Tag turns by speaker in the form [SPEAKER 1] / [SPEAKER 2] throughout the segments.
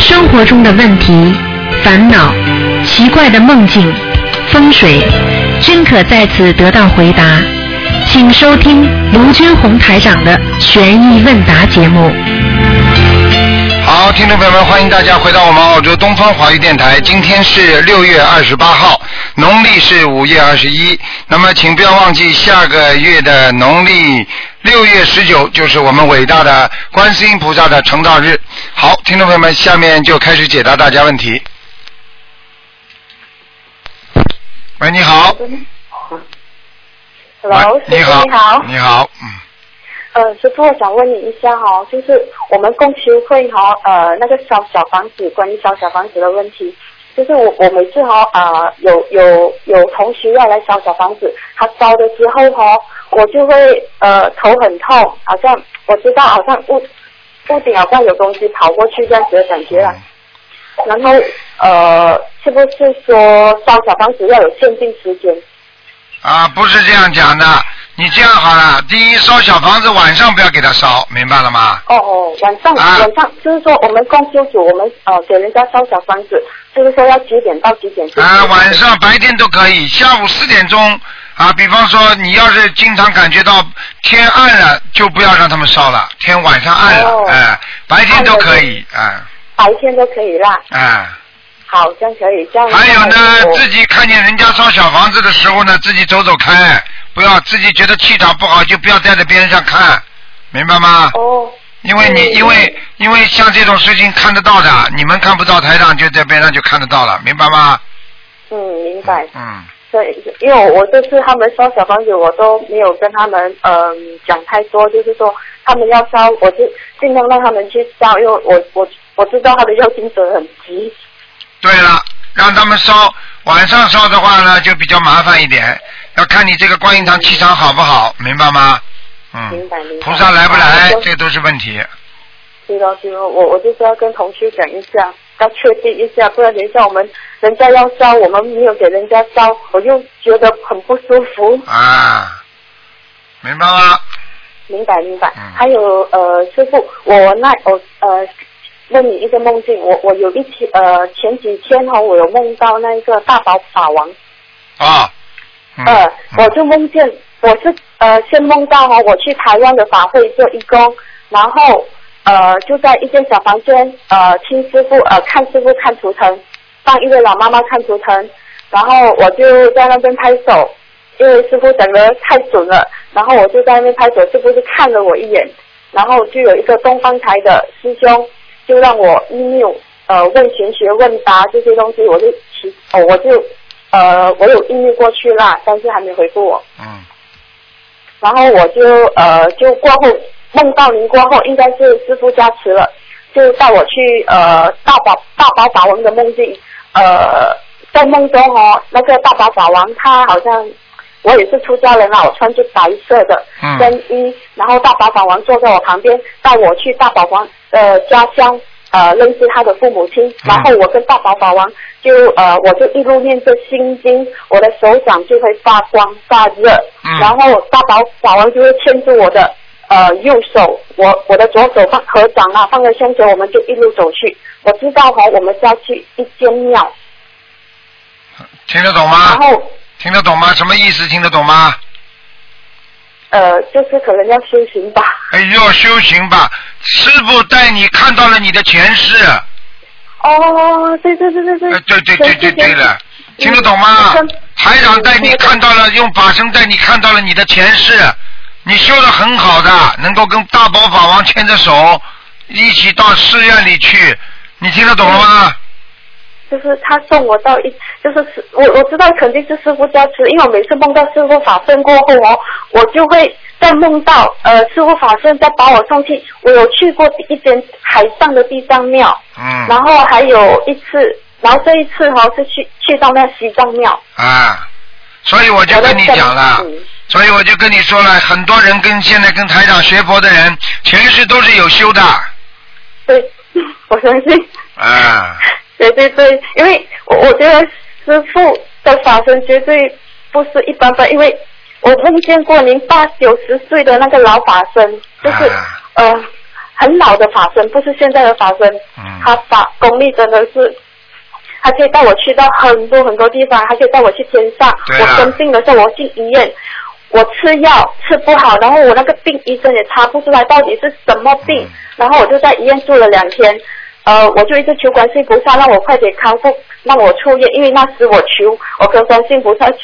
[SPEAKER 1] 生活中的问题、烦恼、奇怪的梦境、风水，均可在此得到回答。请收听卢军红台长的《悬疑问答》节目。
[SPEAKER 2] 好，听众朋友们，欢迎大家回到我们澳洲东方华语电台。今天是六月二十八号，农历是五月二十一。那么，请不要忘记下个月的农历六月十九，就是我们伟大的观世音菩萨的成道日。好，听众朋友们，下面就开始解答大家问题。喂，你好。
[SPEAKER 3] Hello，
[SPEAKER 2] 喂
[SPEAKER 3] 师
[SPEAKER 2] 你
[SPEAKER 3] 傅
[SPEAKER 2] 好
[SPEAKER 3] 你好，
[SPEAKER 2] 你好，嗯，
[SPEAKER 3] 呃，师傅，我想问你一下哈、就是我们共修会哈、呃，那个烧小房子，关于烧小房子的问题，就是我我每次哈、啊、有有有同学要来烧小房子，他烧了之后哈、我就会呃头很痛，好像我知道好像屋屋顶好像有东西跑过去这样子的感觉
[SPEAKER 2] 嗯
[SPEAKER 3] 了。然后呃，是不是说烧小房子要有限定时间？
[SPEAKER 2] 啊，不是这样讲的。你这样好了，第一烧小房子晚上不要给他烧，明白了吗？
[SPEAKER 3] 哦哦，晚上、
[SPEAKER 2] 啊
[SPEAKER 3] 晚上就是说我们共修组，我们呃给人家烧小房子，就是说要几点到几点？
[SPEAKER 2] 啊，晚上白天都可以，下午四点钟啊，比方说你要是经常感觉到天暗了，就不要让他们烧了，天晚上暗了，
[SPEAKER 3] 哦
[SPEAKER 2] 哎、白天都可以，啊
[SPEAKER 3] 白天都可以啦。
[SPEAKER 2] 啊。
[SPEAKER 3] 好，这样可以，这样。
[SPEAKER 2] 还有呢，
[SPEAKER 3] 我
[SPEAKER 2] 自己看见人家烧小房子的时候呢，自己走走开，不要自己觉得气场不好就不要站在别人上看，明白吗？
[SPEAKER 3] 哦，
[SPEAKER 2] 因为你
[SPEAKER 3] 嗯
[SPEAKER 2] 因为因为像这种事情看得到的，你们看不到台上就在边上就看得到了，明白吗？
[SPEAKER 3] 嗯，明白。
[SPEAKER 2] 嗯，
[SPEAKER 3] 所以，因为我我这次他们烧小房子，我都没有跟他们嗯、讲太多，就是说他们要烧，我就尽量让他们去烧，因为我我我知道他的要精准很急。
[SPEAKER 2] 对了，让他们烧，晚上烧的话呢就比较麻烦一点，要看你这个观音堂气场好不好，明白吗？嗯
[SPEAKER 3] 明白明，白
[SPEAKER 2] 菩萨来不来
[SPEAKER 3] 好的，
[SPEAKER 2] 这都是问题。
[SPEAKER 3] 对咯对咯，我我就是要跟同事讲一下，要确定一下，不然等一下我们人家要烧，我们没有给人家烧，我就觉得很不舒服。
[SPEAKER 2] 啊，明白吗？
[SPEAKER 3] 明白明白。
[SPEAKER 2] 嗯
[SPEAKER 3] 还有呃，师傅，我那我呃问你一个梦境，我我有一期呃前几天哈、我有梦到那一个大宝法王，
[SPEAKER 2] 啊、嗯
[SPEAKER 3] 呃，我
[SPEAKER 2] 嗯
[SPEAKER 3] 就梦见我是呃先梦到哈、我去台湾的法会做义工，然后呃就在一间小房间呃听师傅呃看师傅看图腾，帮一位老妈妈看图腾，然后我就在那边拍手，因为师傅讲的太准了，然后我就在那边拍手，师傅就看了我一眼，然后就有一个东方台的师兄就让我 email 呃问玄学问答这些东西，我就其哦我就呃我有 email 过去啦，但是还没回复我。
[SPEAKER 2] 嗯
[SPEAKER 3] 然后我就呃就过后梦到您过后，应该是师傅加持了，就带我去呃大宝大宝法王的梦境，呃在梦中哦，那个大宝法王他好像我也是出家人啊啦，我穿着白色的
[SPEAKER 2] 嗯
[SPEAKER 3] 真衣，然后大宝法王坐在我旁边，带我去大宝王呃家乡。呃，认识他的父母亲，然后我跟大宝法王就呃，我就一路念着心经，我的手掌就会发光发热，
[SPEAKER 2] 嗯
[SPEAKER 3] 然后。然后大宝法王就会牵住我的呃右手，我我的左手放合掌啊，放在胸前，我们就一路走去。我知道哈、我们是要去一间庙，
[SPEAKER 2] 听得懂吗？
[SPEAKER 3] 然后
[SPEAKER 2] 听得懂吗？什么意思？听得懂吗？
[SPEAKER 3] 呃，就是可能要修行吧。
[SPEAKER 2] 哎呦，修行吧！师傅带你看到了你的前世，
[SPEAKER 3] 哦，对对对对对
[SPEAKER 2] 哎，，对对对对对了，
[SPEAKER 3] 嗯
[SPEAKER 2] 听得懂吗
[SPEAKER 3] 嗯？
[SPEAKER 2] 台长带你看到了，用法身带你看到了你的前世，你修的很好的，能够跟大宝法王牵着手一起到寺院里去，你听得懂了吗？
[SPEAKER 3] 就是他送我到一，就是师我我知道肯定是师傅加持，因为我每次梦到师傅法身过后哦，我就会在梦到呃师傅法身再把我送去，我有去过一间海上的地藏庙，然
[SPEAKER 2] 嗯，
[SPEAKER 3] 后还有一次，然后这一次哈、是去去到那西藏庙，
[SPEAKER 2] 啊，所以我就
[SPEAKER 3] 我在
[SPEAKER 2] 跟你讲了。
[SPEAKER 3] 嗯
[SPEAKER 2] 所以我就跟你说了，很多人跟现在跟台长学佛的人，前世都是有修的，
[SPEAKER 3] 对， 我相信，
[SPEAKER 2] 啊，
[SPEAKER 3] 对对对，因为我我觉得师傅的法身绝对不是一般般，因为我梦见过您八九十岁的那个老法身，就是、
[SPEAKER 2] 啊
[SPEAKER 3] 呃很老的法身，不是现在的法身，
[SPEAKER 2] 嗯，
[SPEAKER 3] 他法功力真的是，他可以带我去到很多很多地方，他可以带我去天上。
[SPEAKER 2] 对啊
[SPEAKER 3] 我生病的时候，我进医院，我吃药吃不好，然后我那个病医生也查不出来到底是什么病，
[SPEAKER 2] 嗯
[SPEAKER 3] 然后我就在医院住了两天。呃，我就一直求观世音菩萨让我快点康复，让我出院，因为那时我求，我跟观世音菩萨求，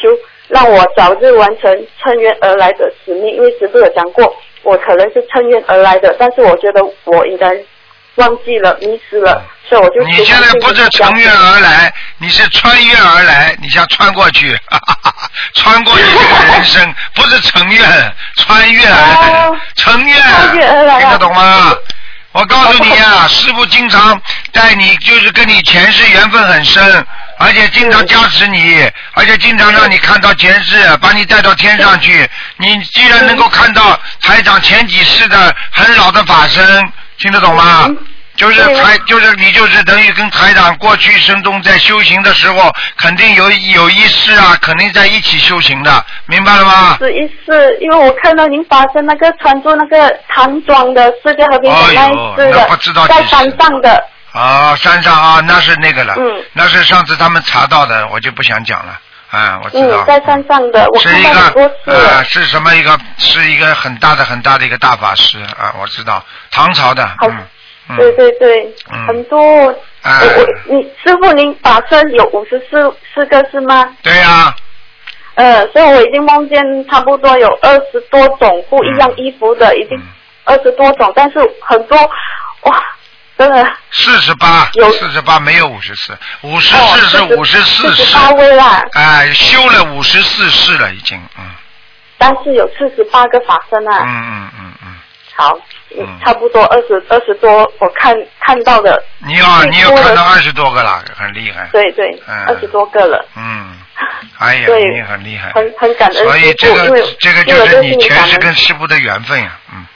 [SPEAKER 3] 让我早日完成趁愿而来的使命，因为师父有讲过，我可能是趁愿而来的，但是我觉得我应该忘记了、迷失了，所以我就
[SPEAKER 2] 嗯你现在不是乘月而来，你是穿越而来，你想穿过去，哈哈哈穿过你的人生，不是乘越，穿越而来
[SPEAKER 3] 哦，
[SPEAKER 2] 乘越，
[SPEAKER 3] 穿越而来啊哦
[SPEAKER 2] 听得懂吗？我告诉你呀、师傅经常带你，就是跟你前世缘分很深，而且经常加持你，而且经常让你看到前世，把你带到天上去。你既然
[SPEAKER 3] 嗯
[SPEAKER 2] 能够看到台长前几世的很老的法身，听得懂吗？
[SPEAKER 3] 嗯
[SPEAKER 2] 就是
[SPEAKER 3] 对
[SPEAKER 2] 台，就是你就是等于跟台长过去生中在修行的时候，肯定有有一世啊，肯定在一起修行的，明白了吗？
[SPEAKER 3] 是一次，因为我看到您发生那个穿着那个唐装的世界和平奖那一
[SPEAKER 2] 哎
[SPEAKER 3] 次
[SPEAKER 2] 呦
[SPEAKER 3] 的，
[SPEAKER 2] 那不知道几
[SPEAKER 3] 在
[SPEAKER 2] 次
[SPEAKER 3] 山上的，
[SPEAKER 2] 啊，山上啊，那是那个了，
[SPEAKER 3] 嗯
[SPEAKER 2] 那是上次他们查到的，我就不想讲了。啊，我知道
[SPEAKER 3] 嗯，。在山上的，我
[SPEAKER 2] 是
[SPEAKER 3] 看
[SPEAKER 2] 一
[SPEAKER 3] 到很
[SPEAKER 2] 个
[SPEAKER 3] 多次了。
[SPEAKER 2] 呃，是什么一个？是一个很大的很大的一个大法师啊，我知道，唐朝的，
[SPEAKER 3] 好
[SPEAKER 2] 嗯嗯，
[SPEAKER 3] 对对对，
[SPEAKER 2] 嗯
[SPEAKER 3] 很多。
[SPEAKER 2] 哎
[SPEAKER 3] 我我你师傅，您法身有五十四四个是吗？
[SPEAKER 2] 对呀，
[SPEAKER 3] 呃，所以我已经梦见差不多有二十多种不一样衣服的，已经
[SPEAKER 2] 嗯
[SPEAKER 3] 二十多种，但是很多哇，真的
[SPEAKER 2] 四十八，
[SPEAKER 3] 有
[SPEAKER 2] 四十八没有五十四，五十
[SPEAKER 3] 哦
[SPEAKER 2] 四是五十四
[SPEAKER 3] 四
[SPEAKER 2] 世
[SPEAKER 3] 十，八位啦，
[SPEAKER 2] 哎，修了五十四世了已经，嗯
[SPEAKER 3] 啊但是有四十八个法身
[SPEAKER 2] 嗯
[SPEAKER 3] 啊。
[SPEAKER 2] 嗯嗯嗯，
[SPEAKER 3] 好，嗯
[SPEAKER 2] 嗯
[SPEAKER 3] 差不多二十二十多，我看看到的，
[SPEAKER 2] 你要
[SPEAKER 3] 最
[SPEAKER 2] 你要
[SPEAKER 3] 多的
[SPEAKER 2] 看到二十多个了，很厉害，
[SPEAKER 3] 对对，
[SPEAKER 2] 嗯
[SPEAKER 3] 二十多个了。
[SPEAKER 2] 嗯，哎呀，
[SPEAKER 3] 对
[SPEAKER 2] 你很厉害，
[SPEAKER 3] 很很感恩
[SPEAKER 2] 所以
[SPEAKER 3] 师
[SPEAKER 2] 这
[SPEAKER 3] 父因
[SPEAKER 2] 个
[SPEAKER 3] 为
[SPEAKER 2] 这个
[SPEAKER 3] 因为
[SPEAKER 2] 就
[SPEAKER 3] 我
[SPEAKER 2] 是
[SPEAKER 3] 对
[SPEAKER 2] 你
[SPEAKER 3] 心灵
[SPEAKER 2] 前
[SPEAKER 3] 感
[SPEAKER 2] 世
[SPEAKER 3] 恩
[SPEAKER 2] 跟师傅的缘分呀，嗯。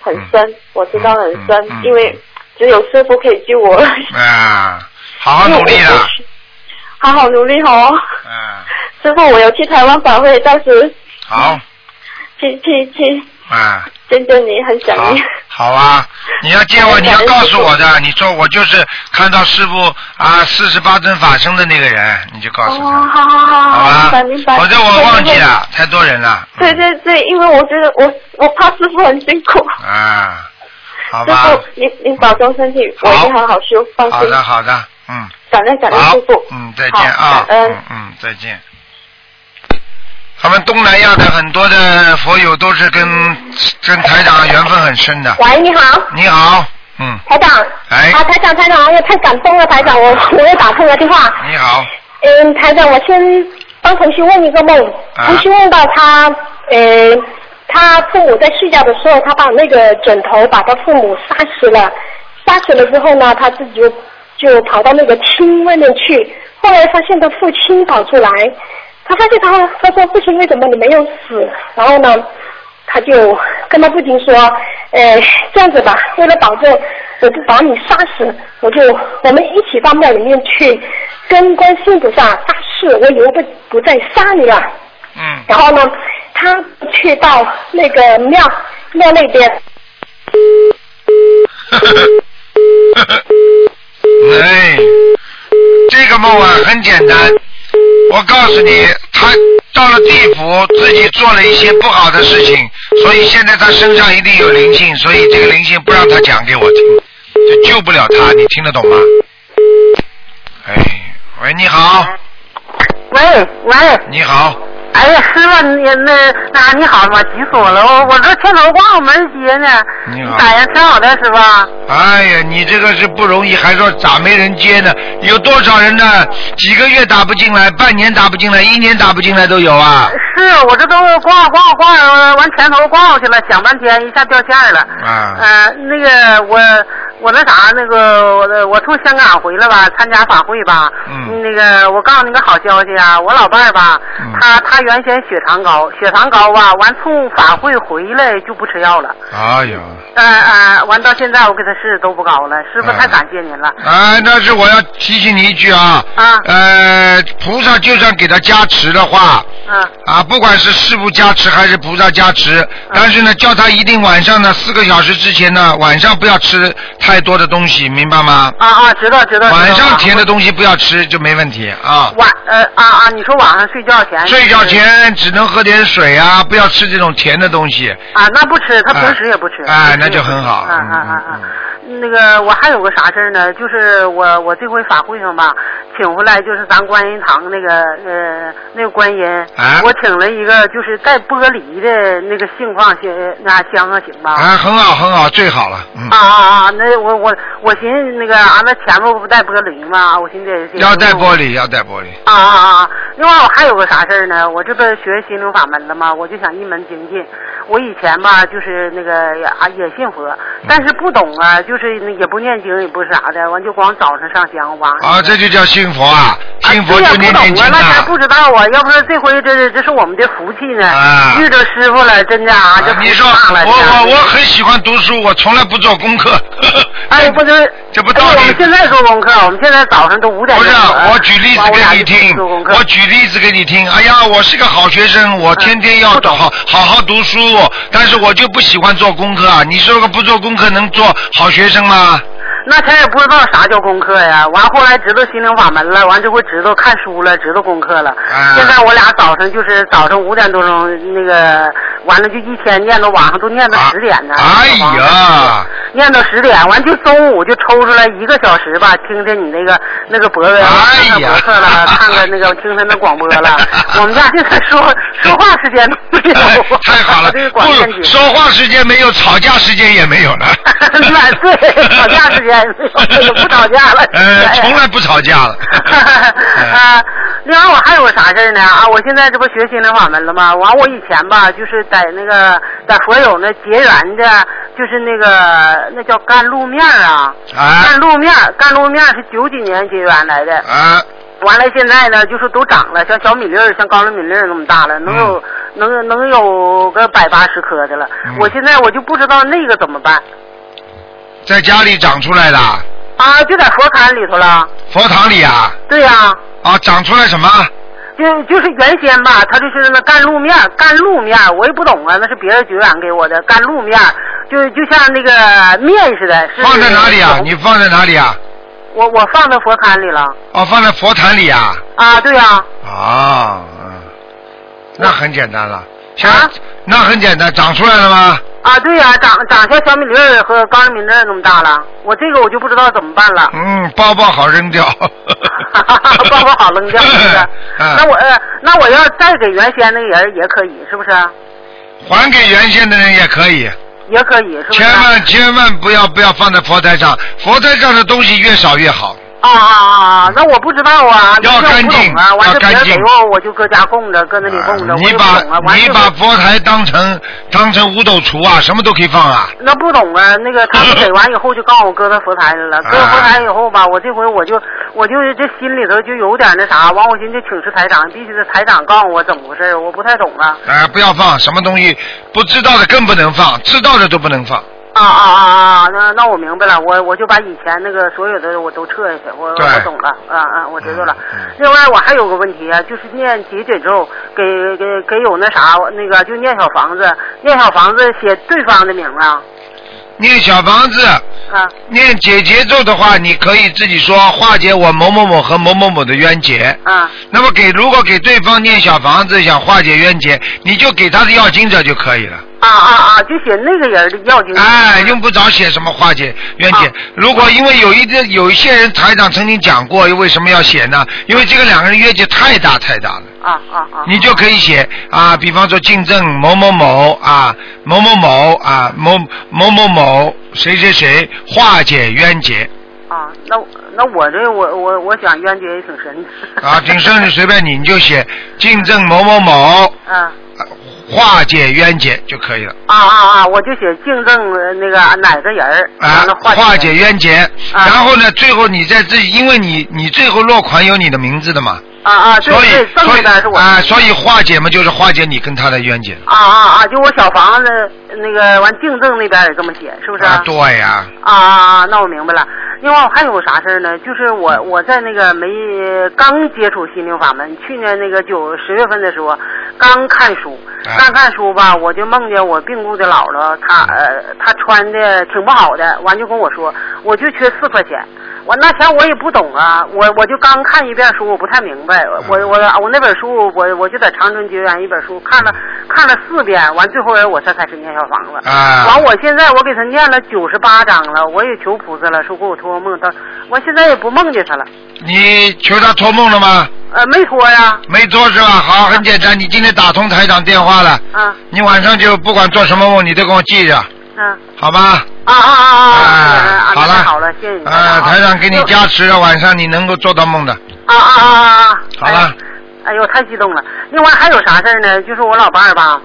[SPEAKER 3] 很深，我知道很深，
[SPEAKER 2] 嗯嗯
[SPEAKER 3] 因为只有师傅可以救我。
[SPEAKER 2] 啊，好好努力啊
[SPEAKER 3] 因为我
[SPEAKER 2] 啦
[SPEAKER 3] 我！去 好好努力哦，
[SPEAKER 2] 嗯，
[SPEAKER 3] 师傅，我有去台湾法会，到时
[SPEAKER 2] 好，
[SPEAKER 3] 去去去
[SPEAKER 2] 啊，
[SPEAKER 3] 见见你，很想
[SPEAKER 2] 好
[SPEAKER 3] 念。，
[SPEAKER 2] 好啊！你要见我，
[SPEAKER 3] 我
[SPEAKER 2] 你要
[SPEAKER 3] 感恩
[SPEAKER 2] 告
[SPEAKER 3] 师
[SPEAKER 2] 诉
[SPEAKER 3] 父
[SPEAKER 2] 我的，你说我就是看到师傅啊四十八尊法身的那个人，你就 告诉
[SPEAKER 3] 哦，
[SPEAKER 2] 他，
[SPEAKER 3] 好好好
[SPEAKER 2] 好
[SPEAKER 3] 好，明
[SPEAKER 2] 吧
[SPEAKER 3] 白明白。？
[SPEAKER 2] 否则我忘记了，太多人了。嗯
[SPEAKER 3] 对。对对对，因为我觉得我我怕师傅很辛苦。
[SPEAKER 2] 啊，好
[SPEAKER 3] 师
[SPEAKER 2] 吧，
[SPEAKER 3] 傅，您您保重身体，我一定好好修，放
[SPEAKER 2] 好
[SPEAKER 3] 心。
[SPEAKER 2] 的好的，嗯，
[SPEAKER 3] 感恩感恩
[SPEAKER 2] 好
[SPEAKER 3] 师傅，。
[SPEAKER 2] 嗯，再见啊
[SPEAKER 3] 好，感恩
[SPEAKER 2] 嗯嗯，再见。他们东南亚的很多的佛友都是跟跟台长缘分很深的。
[SPEAKER 4] 喂，你好，
[SPEAKER 2] 你好，嗯，
[SPEAKER 4] 台长。
[SPEAKER 2] 哎
[SPEAKER 4] 啊，台长，台长，哎呀，太感动了，台长，我我又打通了电话。
[SPEAKER 2] 你好，
[SPEAKER 4] 嗯，台长，我先帮同学问一个梦。
[SPEAKER 2] 啊
[SPEAKER 4] 同学梦到他，呃，他父母在睡觉的时候，他把那个枕头把他父母杀死了，杀死了之后呢，他自己就就跑到那个厅外面去，后来发现他父亲跑出来，他发现他他说父亲为什么你没有死？然后呢，他就跟他父亲说，呃，这样子吧，为了保证我不把你杀死，我就我们一起到庙里面去跟观世音菩萨发誓，我以后不不再杀你了。
[SPEAKER 2] 嗯，
[SPEAKER 4] 然后呢，他去到那个庙庙那边，
[SPEAKER 2] 哎，这个梦啊很简单，我告诉你，他到了地府自己做了一些不好的事情，所以现在他身上一定有灵性，所以这个灵性不让他讲给我听，就救不了他，你听得懂吗？哎，喂，你好，
[SPEAKER 5] 喂喂，
[SPEAKER 2] 你好，
[SPEAKER 5] 哎呀，师傅，你那啊，你好嘛，急死我了，我我这天头挂我没接呢，
[SPEAKER 2] 你好
[SPEAKER 5] 咋样？挺好的，师傅。
[SPEAKER 2] 哎呀，你这个是不容易，还说咋没人接呢？有多少人呢？几个月打不进来，半年打不进来，一年打不进来都有啊！
[SPEAKER 5] 是我这都挂挂挂完前头挂过去了，想半天一下掉线了。
[SPEAKER 2] 啊
[SPEAKER 5] 呃，那个我我那啥那个我的我从香港回来吧，参加法会吧。
[SPEAKER 2] 嗯
[SPEAKER 5] 那个我告诉你个好消息啊，我老伴儿吧，
[SPEAKER 2] 嗯
[SPEAKER 5] 他他原先血糖高，血糖高吧，完从法会回来就不吃药了。
[SPEAKER 2] 哎呀，
[SPEAKER 5] 呃呃，完到现在我给他试都不高了，师傅
[SPEAKER 2] 嗯
[SPEAKER 5] 太感谢您了。
[SPEAKER 2] 哎，但是我要提醒你一句啊，
[SPEAKER 5] 啊
[SPEAKER 2] 呃，菩萨就算给他加持的话，
[SPEAKER 5] 嗯
[SPEAKER 2] 啊，不管是师傅加持还是菩萨加持，但是呢，叫他一定晚上呢四个小时之前呢，晚上不要吃太多的东西，明白吗？
[SPEAKER 5] 啊啊，知道知道。知道
[SPEAKER 2] 晚上甜的东西不要吃就没问题啊。
[SPEAKER 5] 晚呃啊啊，你说晚上睡觉前。
[SPEAKER 2] 睡觉前只能喝点水啊，不要吃这种甜的东西。
[SPEAKER 5] 啊，那不吃，他平时也不吃。
[SPEAKER 2] 哎哎
[SPEAKER 5] 平时也不吃
[SPEAKER 2] 那就很好
[SPEAKER 5] 啊啊啊
[SPEAKER 2] 嗯
[SPEAKER 5] 啊！那个我还有个啥事儿呢？就是我我这回法会上吧，请回来就是咱观音堂那个呃那个观音，
[SPEAKER 2] 啊
[SPEAKER 5] 我请了一个就是带玻璃的那个杏放香那香啊行吧？
[SPEAKER 2] 啊，很好很好，最好了。嗯
[SPEAKER 5] 啊，啊啊！那我我我寻思那个啊，那前面不带玻璃吗？我寻思得
[SPEAKER 2] 要带玻
[SPEAKER 5] 璃。
[SPEAKER 2] 璃，要带玻璃。
[SPEAKER 5] 啊啊啊啊！另外我还有个啥事儿呢？我这不学心灵法门了吗？我就想一门精进。我以前吧，就是那个也啊也信
[SPEAKER 2] 嗯
[SPEAKER 5] 佛，但是不懂啊，就是那也不念经，也不是啥的，完就光早上上香完。
[SPEAKER 2] 啊，这就叫信佛啊，信佛
[SPEAKER 5] 啊
[SPEAKER 2] 就
[SPEAKER 5] 这
[SPEAKER 2] 念
[SPEAKER 5] 也不
[SPEAKER 2] 念
[SPEAKER 5] 懂
[SPEAKER 2] 经
[SPEAKER 5] 啊，那咱
[SPEAKER 2] 啊。
[SPEAKER 5] 不知道啊，要不是这回这这是我们的福气呢，
[SPEAKER 2] 啊
[SPEAKER 5] 遇着师傅了，真的啊，这福
[SPEAKER 2] 你
[SPEAKER 5] 气
[SPEAKER 2] 说
[SPEAKER 5] 大了。
[SPEAKER 2] 我
[SPEAKER 5] 这样
[SPEAKER 2] 我我很喜欢读书，我从来不做功课。
[SPEAKER 5] 哎，不就是
[SPEAKER 2] 这不道
[SPEAKER 5] 哎
[SPEAKER 2] 理哎
[SPEAKER 5] 我们现在做功课，我们现在早上都五点
[SPEAKER 2] 不
[SPEAKER 5] 钟
[SPEAKER 2] 是啊
[SPEAKER 5] 了。，
[SPEAKER 2] 我举例子
[SPEAKER 5] 啊完我俩
[SPEAKER 2] 给你
[SPEAKER 5] 就去
[SPEAKER 2] 听，
[SPEAKER 5] 做功课嗯
[SPEAKER 2] 我举例子给你听。哎呀，我是个好学生，我天天要
[SPEAKER 5] 不懂
[SPEAKER 2] 好好好读书，但是我就不喜欢做功课啊。你说个不做功课能做好学生吗？
[SPEAKER 5] 那前也不知道啥叫功课呀，完后来知道心灵法门了，完这回知道看书了，知道功课了。
[SPEAKER 2] 啊
[SPEAKER 5] 现在我俩早上就是早上五点多钟那个，完了就一天念到晚上都念到
[SPEAKER 2] 啊
[SPEAKER 5] 十点呢。
[SPEAKER 2] 哎
[SPEAKER 5] 往上
[SPEAKER 2] 呀，
[SPEAKER 5] 念到十点，完就中午就抽出来一个小时吧，听听你那个那个博客，
[SPEAKER 2] 哎
[SPEAKER 5] 看看
[SPEAKER 2] 呀
[SPEAKER 5] 博客了，看看那个听他那广 播了。我们家现在说说话时间都没
[SPEAKER 2] 哎
[SPEAKER 5] 有。
[SPEAKER 2] 太好了，
[SPEAKER 5] 这是广电局。
[SPEAKER 2] 不。说话时间没有，吵架时间也没有了
[SPEAKER 5] 那对吵架时间 没有不 吵架了
[SPEAKER 2] 呃，
[SPEAKER 5] 哎
[SPEAKER 2] 从来不吵架了。
[SPEAKER 5] 啊，另外我还有个啥事儿呢？啊，我现在这不学心灵法门了吗？完，我以前吧，就是在那个在佛友那结缘的，就是那个那叫干路面儿啊，
[SPEAKER 2] 啊
[SPEAKER 5] 干路面儿，干路面儿是九几年结缘来的。
[SPEAKER 2] 啊，
[SPEAKER 5] 完了，现在呢，就是都长了，像小米粒儿，像高粱米粒儿那么大了，能有、能能有个百八十颗的了。
[SPEAKER 2] 嗯
[SPEAKER 5] 我现在我就不知道那个怎么办
[SPEAKER 2] 在家里长出来的，
[SPEAKER 5] 啊，就在佛龛里头了。
[SPEAKER 2] 佛堂里啊，
[SPEAKER 5] 对呀、
[SPEAKER 2] 啊，长出来什么？
[SPEAKER 5] 就就是原先吧，他就是那干路面儿，干路面儿，我也不懂啊，那是别人绝缘给我的干路面儿，就就像那个面似的。是
[SPEAKER 2] 放在哪里啊？你放在哪里啊？
[SPEAKER 5] 我我放到佛龛里了
[SPEAKER 2] 哦，放在佛坛里啊。
[SPEAKER 5] 啊，对呀、啊，
[SPEAKER 2] 啊，嗯，那很简单了。像
[SPEAKER 5] 啊
[SPEAKER 2] 那很简单，长出来了吗？
[SPEAKER 5] 对呀、长长像小米粒儿和高粱米粒儿那么大了，我这个我就不知道怎么办 了。。
[SPEAKER 2] 嗯，包包好扔掉？
[SPEAKER 5] 包包好扔掉，是不是
[SPEAKER 2] 嗯
[SPEAKER 5] 那我呃那我要再给原先那个人也可以，是不是？
[SPEAKER 2] 还给原先的人也可以，
[SPEAKER 5] 也可以，是不是？
[SPEAKER 2] 千万千万不要不要放在佛台上，佛台上的东西越少越好。
[SPEAKER 5] 啊啊啊！那我不知道啊，
[SPEAKER 2] 要
[SPEAKER 5] 那我
[SPEAKER 2] 干
[SPEAKER 5] 不懂啊，
[SPEAKER 2] 净
[SPEAKER 5] 完事别
[SPEAKER 2] 要干
[SPEAKER 5] 人
[SPEAKER 2] 净
[SPEAKER 5] 给我，我就搁家供着，搁那里供着，
[SPEAKER 2] 啊
[SPEAKER 5] 我
[SPEAKER 2] 你
[SPEAKER 5] 也不
[SPEAKER 2] 把
[SPEAKER 5] 懂啊，完
[SPEAKER 2] 你
[SPEAKER 5] 事
[SPEAKER 2] 把
[SPEAKER 5] 儿
[SPEAKER 2] 佛台当成当成五斗橱啊，什么都可以放啊。
[SPEAKER 5] 那不懂啊，那个他们给完以后就告诉我搁到佛台里了，
[SPEAKER 2] 啊
[SPEAKER 5] 搁到佛台以后吧，我这回我就我就这心里头就有点那啥，完我寻思请示台长，必须得台长告诉我怎么回事儿，我不太懂啊。
[SPEAKER 2] 啊、不要放什么东西，不知道的更不能放，知道的都不能放。
[SPEAKER 5] 啊啊啊啊！那那我明白了，我我就把以前那个所有的我都撤下去，我
[SPEAKER 2] 对
[SPEAKER 5] 我懂了，啊啊，我知道了。
[SPEAKER 2] 嗯嗯
[SPEAKER 5] 另外我还有个问题啊，就是念解姐咒，给给给有那啥那个就念小房子，念小房子写对方的名啊
[SPEAKER 2] 念小房子，
[SPEAKER 5] 啊
[SPEAKER 2] 念解结咒的话，你可以自己说化解我某某某和某某某的冤结。
[SPEAKER 5] 啊
[SPEAKER 2] 那么给如果给对方念小房子想化解冤结，你就给他的要经者就可以了。
[SPEAKER 5] 啊啊啊！就写那个人的要经。
[SPEAKER 2] 哎，用不着写什么化解冤结
[SPEAKER 5] 嗯啊。
[SPEAKER 2] 如果因为有一个有一些人台长曾经讲过，为什么要写呢？因为这个两个人冤结太大太大了。
[SPEAKER 5] 啊啊啊！
[SPEAKER 2] 你就可以写啊，比方说竞争某某某啊，某某某啊，某某某某谁谁谁化解冤结
[SPEAKER 5] 啊，那我那我这我我我想冤结也挺深的。
[SPEAKER 2] 啊啊，挺顺的，随便你，你就写竞争某某某
[SPEAKER 5] 啊
[SPEAKER 2] 啊化解冤结就可以了。
[SPEAKER 5] 啊啊啊！我就写敬赠呃那个哪个人儿，
[SPEAKER 2] 啊
[SPEAKER 5] 完了，
[SPEAKER 2] 化
[SPEAKER 5] 解啊
[SPEAKER 2] 解冤结，然后呢，最后你在自己，因为你你最后落款有你的名字的嘛，
[SPEAKER 5] 啊啊，对
[SPEAKER 2] 所以
[SPEAKER 5] 对，赠
[SPEAKER 2] 所
[SPEAKER 5] 给
[SPEAKER 2] 以
[SPEAKER 5] 他是我
[SPEAKER 2] 啊，所以化解嘛，就是化解你跟他的冤结
[SPEAKER 5] 啊啊啊！就我小房子那个完敬赠那边也这么写，是不是？
[SPEAKER 2] 啊，对呀，
[SPEAKER 5] 啊啊啊！那我明白了。另外我还有个啥事儿呢？就是我我在那个没刚接触心灵法门，去年那个九十月份的时候，刚看书，
[SPEAKER 2] 啊
[SPEAKER 5] 刚看书吧，我就梦见我病故的姥姥，她呃她穿的挺不好的，完就跟我说，我就缺四块钱。我那钱我也不懂啊，我我就刚看一遍书，我不太明白。我我我那本书，我我就在长春结缘一本书看了看了四遍，完最后我才开始念小房子。
[SPEAKER 2] 啊
[SPEAKER 5] 完，，我现在我给他念了九十八章了，我也求菩萨了，说给我托梦，他我现在也不梦见他了，
[SPEAKER 2] 你求他托梦了吗？
[SPEAKER 5] 呃，没托呀，
[SPEAKER 2] 没做是吧？好，很简单，你今天打通台长电话了，
[SPEAKER 5] 啊，
[SPEAKER 2] 你晚上就不管做什么梦，你都给我记着，
[SPEAKER 5] 嗯，
[SPEAKER 2] 好吧？
[SPEAKER 5] 啊啊啊啊，
[SPEAKER 2] 啊，
[SPEAKER 5] 好
[SPEAKER 2] 了，
[SPEAKER 5] 好了，谢谢你，
[SPEAKER 2] 啊，台长给你
[SPEAKER 5] 又
[SPEAKER 2] 加持了，啊晚上你能够做到梦的，
[SPEAKER 5] 啊啊啊啊！
[SPEAKER 2] 好了
[SPEAKER 5] 哎呦。哎呦，太激动了。另外还有啥事儿呢？就是我老伴儿吧，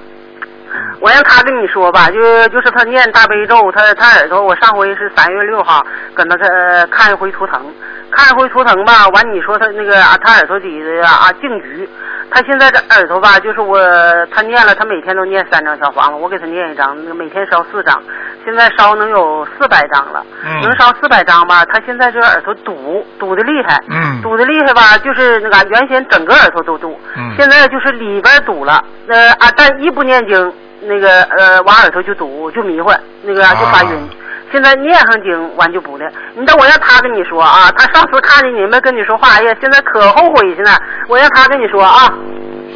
[SPEAKER 5] 我让他跟你说吧，就就是他念大悲咒，他他耳朵，我上回是三月六号搁那个看一回图腾，看一回图腾吧，完你说他那个啊，他耳朵里的啊净局，他现在这耳朵吧，就是我他念了，他每天都念三张小黄，我给他念一张，那个每天烧四张，现在烧能有四百张了，
[SPEAKER 2] 嗯
[SPEAKER 5] 能烧四百张吧？他现在这个耳朵堵堵的厉害，
[SPEAKER 2] 嗯
[SPEAKER 5] 堵的厉害吧，就是那个原先整个耳朵都堵，
[SPEAKER 2] 嗯
[SPEAKER 5] 现在就是里边堵了。呃啊，但一不念经，那个呃，完耳朵就堵，就迷糊，那个就发晕。
[SPEAKER 2] 啊
[SPEAKER 5] 现在念上经完就不了。你等我让他跟你说啊，他上次看见你们跟你说话，哎呀，现在可后悔现在。我让他跟你说啊，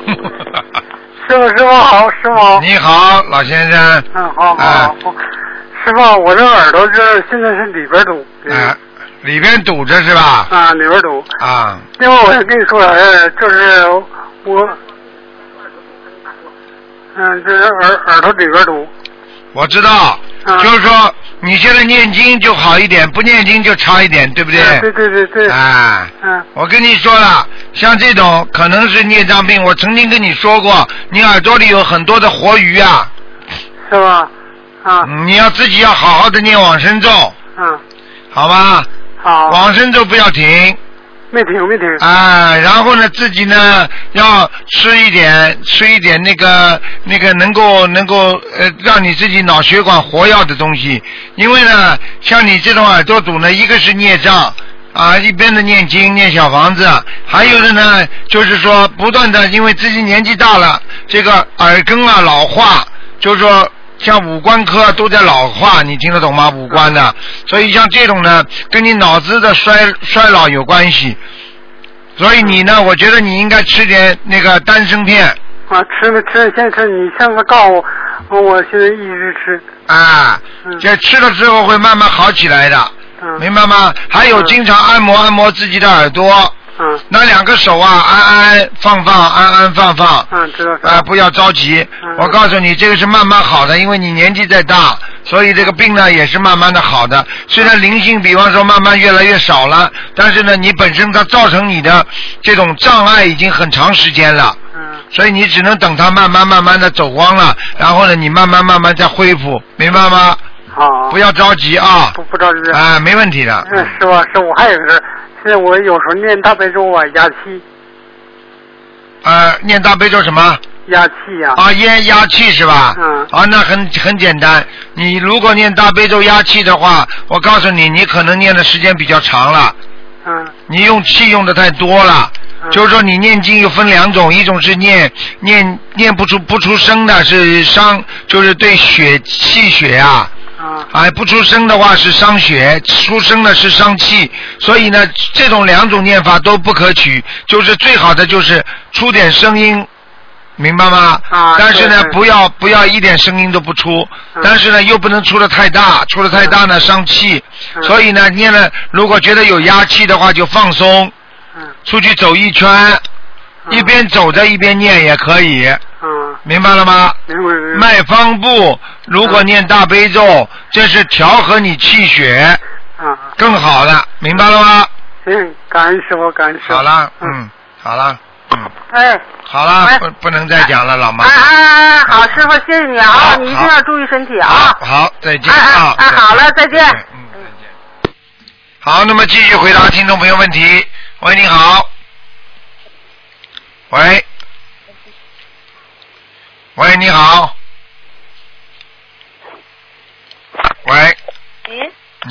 [SPEAKER 6] 师傅，师傅好，师傅。
[SPEAKER 2] 你好，老先生，
[SPEAKER 6] 嗯，好好
[SPEAKER 2] 啊
[SPEAKER 6] 好。师傅，我这耳朵这现在是里边堵，
[SPEAKER 2] 啊，里边堵着是吧？
[SPEAKER 6] 啊，里边堵。
[SPEAKER 2] 啊，
[SPEAKER 6] 另外，我想跟你说啥事儿就是我，嗯，就是耳耳朵里边堵。
[SPEAKER 2] 我知道，
[SPEAKER 6] 啊
[SPEAKER 2] 就是说你现在念经就好一点，不念经就差一点，对不对？
[SPEAKER 6] 啊对对对对。
[SPEAKER 2] 啊，
[SPEAKER 6] 嗯
[SPEAKER 2] 我跟你说了，像这种可能是孽障病，我曾经跟你说过，你耳朵里有很多的活鱼啊，嗯
[SPEAKER 6] 是吧？啊，
[SPEAKER 2] 你要自己要好好的念往生咒，
[SPEAKER 6] 嗯，
[SPEAKER 2] 好吧？
[SPEAKER 6] 好，
[SPEAKER 2] 往生咒不要停
[SPEAKER 6] 没停没停。
[SPEAKER 2] 啊，然后呢，自己呢要吃一点吃一点那个那个能够能够呃让你自己脑血管活跃的东西，因为呢，像你这种耳朵堵呢，一个是孽障。啊，一边的念经念小房子，还有的呢，就是说不断的，因为自己年纪大了，这个耳根啊老化，就是说像五官科都在老化，你听得懂吗？五官的，所以像这种呢，跟你脑子的衰衰老有关系。所以你呢，我觉得你应该吃点那个丹参片
[SPEAKER 6] 啊，吃了吃了，现在吃，你上次告诉我，我现在一直吃。
[SPEAKER 2] 啊
[SPEAKER 6] 嗯，
[SPEAKER 2] 这吃了之后会慢慢好起来的，
[SPEAKER 6] 嗯。
[SPEAKER 2] 明白吗？还有
[SPEAKER 6] 嗯
[SPEAKER 2] 经常按摩按摩自己的耳朵，
[SPEAKER 6] 嗯
[SPEAKER 2] 那两个手啊，按按放放，按按放放。
[SPEAKER 6] 嗯，知道知
[SPEAKER 2] 啊、
[SPEAKER 6] 道。
[SPEAKER 2] 不要着急，
[SPEAKER 6] 嗯
[SPEAKER 2] 我告诉你，这个是慢慢好的，因为你年纪在大，所以这个病呢也是慢慢的好的。虽然灵性，比方说慢慢越来越少了，但是呢，你本身它造成你的这种障碍已经很长时间了，
[SPEAKER 6] 嗯
[SPEAKER 2] 所以你只能等它慢慢慢慢的走光了，然后呢，你慢慢慢慢再恢复，明白吗？
[SPEAKER 6] 好。
[SPEAKER 2] 不要着急啊，
[SPEAKER 6] 不不着急。
[SPEAKER 2] 啊、没问题的。
[SPEAKER 6] 哦嗯，是吧？是我还有个事儿，现在我有时候念大悲咒啊，压气
[SPEAKER 2] 呃，念大悲咒什么？
[SPEAKER 6] 压气呀、
[SPEAKER 2] 啊，咽压气是吧？
[SPEAKER 6] 嗯
[SPEAKER 2] 啊，那很很简单。你如果念大悲咒压气的话，我告诉你，你可能念的时间比较长了，
[SPEAKER 6] 嗯
[SPEAKER 2] 你用气用的太多了。
[SPEAKER 6] 嗯
[SPEAKER 2] 就是说，你念经又分两种，一种是念念念不出不出声的，是伤，就是对血气血啊，
[SPEAKER 6] 啊
[SPEAKER 2] 哎，不出声的话是伤血，出声的是伤气，所以呢，这种两种念法都不可取，就是最好的就是出点声音，明白吗？
[SPEAKER 6] 啊
[SPEAKER 2] 但是呢，
[SPEAKER 6] 对对
[SPEAKER 2] 不要不要一点声音都不出，
[SPEAKER 6] 嗯
[SPEAKER 2] 但是呢，又不能出的太大，出的太大呢伤气，
[SPEAKER 6] 嗯
[SPEAKER 2] 所以呢，念了如果觉得有压气的话，就放松，
[SPEAKER 6] 嗯
[SPEAKER 2] 出去走一圈，
[SPEAKER 6] 嗯
[SPEAKER 2] 一边走着一边念也可以，
[SPEAKER 5] 啊
[SPEAKER 6] 嗯，
[SPEAKER 2] 明白了吗？
[SPEAKER 6] 明白
[SPEAKER 5] 嗯
[SPEAKER 6] 明白。
[SPEAKER 2] 卖方布，如果念大悲咒，这是调和你气血
[SPEAKER 6] 啊，
[SPEAKER 2] 更好的，明白了吗？嗯
[SPEAKER 6] 行，感恩师傅，感恩师傅。
[SPEAKER 2] 好了，嗯，好了，嗯。嗯，
[SPEAKER 5] 哎，
[SPEAKER 2] 好了，
[SPEAKER 5] 嗯哎
[SPEAKER 2] 不不能再讲了，老妈
[SPEAKER 5] 哎。哎哎，好，师傅，谢谢你啊
[SPEAKER 2] 好，
[SPEAKER 5] 你一定要注意身体啊
[SPEAKER 2] 好。好，再见
[SPEAKER 5] 哎哎
[SPEAKER 2] 啊！
[SPEAKER 5] 哎，好了，再见。
[SPEAKER 2] 嗯，再见。好，那么继续回答听众朋友问题。喂，你好。喂。喂，你好。喂，
[SPEAKER 7] 哎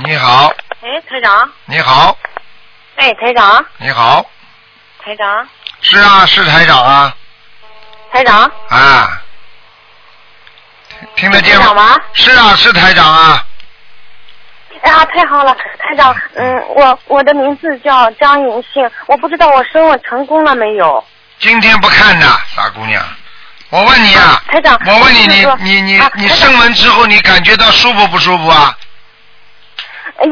[SPEAKER 2] 你好，
[SPEAKER 7] 哎，台长，
[SPEAKER 2] 你好，
[SPEAKER 7] 哎，台长，
[SPEAKER 2] 你好，
[SPEAKER 7] 台长，
[SPEAKER 2] 是啊，是台长啊，
[SPEAKER 7] 台长，
[SPEAKER 2] 啊，听得见
[SPEAKER 7] 台长吗？
[SPEAKER 2] 是啊，是台长啊，
[SPEAKER 7] 哎呀，太好了，台长，嗯，我我的名字叫张银杏，我不知道我申问成功了没有。
[SPEAKER 2] 今天不看的，傻姑娘，我问你啊，
[SPEAKER 7] 台长，
[SPEAKER 2] 我问你，
[SPEAKER 7] 就是
[SPEAKER 2] 你
[SPEAKER 7] 说
[SPEAKER 2] 你你
[SPEAKER 7] 啊
[SPEAKER 2] 你
[SPEAKER 7] 台长
[SPEAKER 2] 生完之后，你感觉到舒服不舒服啊？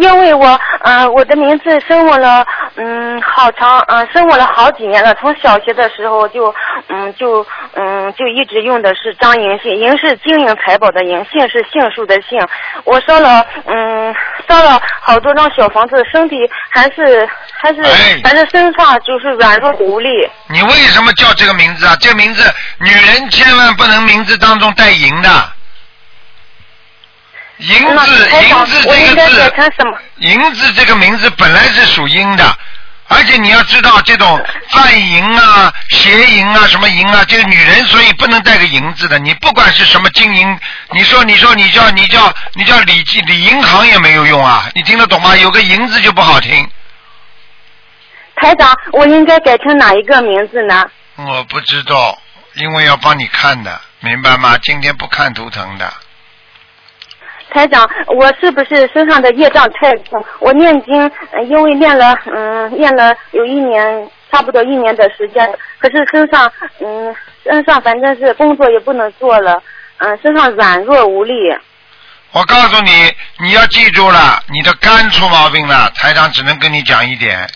[SPEAKER 7] 因为我呃我的名字生我了嗯好长嗯、呃、生我了好几年了，从小学的时候就嗯就嗯就一直用的是张银杏，银是金银财宝的银，杏是杏树的杏。我烧了嗯烧了好多张小房子，身体还是还是、
[SPEAKER 2] 哎
[SPEAKER 7] 反正身上就是软弱无力。
[SPEAKER 2] 你为什么叫这个名字啊？这名字，女人千万不能名字当中带银的。银
[SPEAKER 7] 那
[SPEAKER 2] 字，
[SPEAKER 7] 台长
[SPEAKER 2] 银字
[SPEAKER 7] 我
[SPEAKER 2] 这
[SPEAKER 7] 应
[SPEAKER 2] 个
[SPEAKER 7] 该改
[SPEAKER 2] 字，
[SPEAKER 7] 成什么？
[SPEAKER 2] 银字这个名字本来是属阴的，而且你要知道，这种犯淫啊、邪淫啊、什么淫啊，这个女人所以不能带个银字的。你不管是什么金银，你说你说你叫你叫你叫李记李银行也没有用啊，你听得懂吗？有个银字就不好听。
[SPEAKER 7] 台长，我应该改成哪一个名字呢？
[SPEAKER 2] 我不知道，因为要帮你看的，明白吗？今天不看图腾的，
[SPEAKER 7] 台长，我是不是身上的业障太重？我念经，呃因为念了，嗯，念了有一年，差不多一年的时间，可是身上，嗯，身上反正是工作也不能做了，嗯，身上软弱无力。
[SPEAKER 2] 我告诉你，你要记住了，你的肝出毛病了，台长只能跟你讲一点。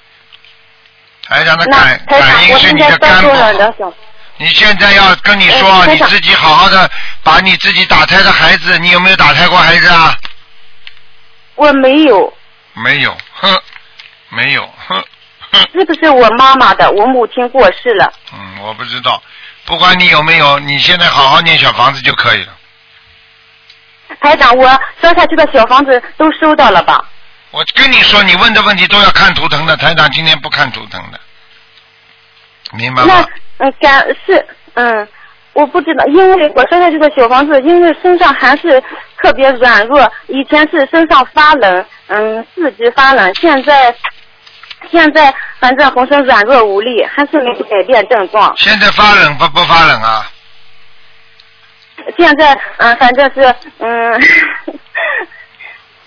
[SPEAKER 2] 台长的
[SPEAKER 7] 那
[SPEAKER 2] 感感
[SPEAKER 7] 台长，
[SPEAKER 2] 应
[SPEAKER 7] 我
[SPEAKER 2] 是
[SPEAKER 7] 应
[SPEAKER 2] 你
[SPEAKER 7] 该
[SPEAKER 2] 的
[SPEAKER 7] 多
[SPEAKER 2] 肝不
[SPEAKER 7] 做了多
[SPEAKER 2] 好，
[SPEAKER 7] 少？
[SPEAKER 2] 你现在要跟你说，
[SPEAKER 7] 哎台
[SPEAKER 2] 你
[SPEAKER 7] 长
[SPEAKER 2] 自己好好的把你自己打胎的孩子，你有没有打胎过孩子啊？
[SPEAKER 7] 我没有，
[SPEAKER 2] 没有，哼，没有，哼，哼。
[SPEAKER 7] 是不是我妈妈的？我母亲过世了。
[SPEAKER 2] 嗯，我不知道，不管你有没有，你现在好好念小房子就可以了。
[SPEAKER 7] 台长，我烧下去的小房子都收到了吧？
[SPEAKER 2] 我跟你说，你问的问题都要看图腾的，台长今天不看图腾的，明白
[SPEAKER 7] 那
[SPEAKER 2] 吗？
[SPEAKER 7] 嗯，感是嗯，我不知道，因为我生下去的小房子，因为身上还是特别软弱，以前是身上发冷，嗯，四肢发冷，现在现在反正浑身软弱无力，还是没有改变症状。
[SPEAKER 2] 现在发冷不不发冷啊？
[SPEAKER 7] 现在嗯，反正是嗯。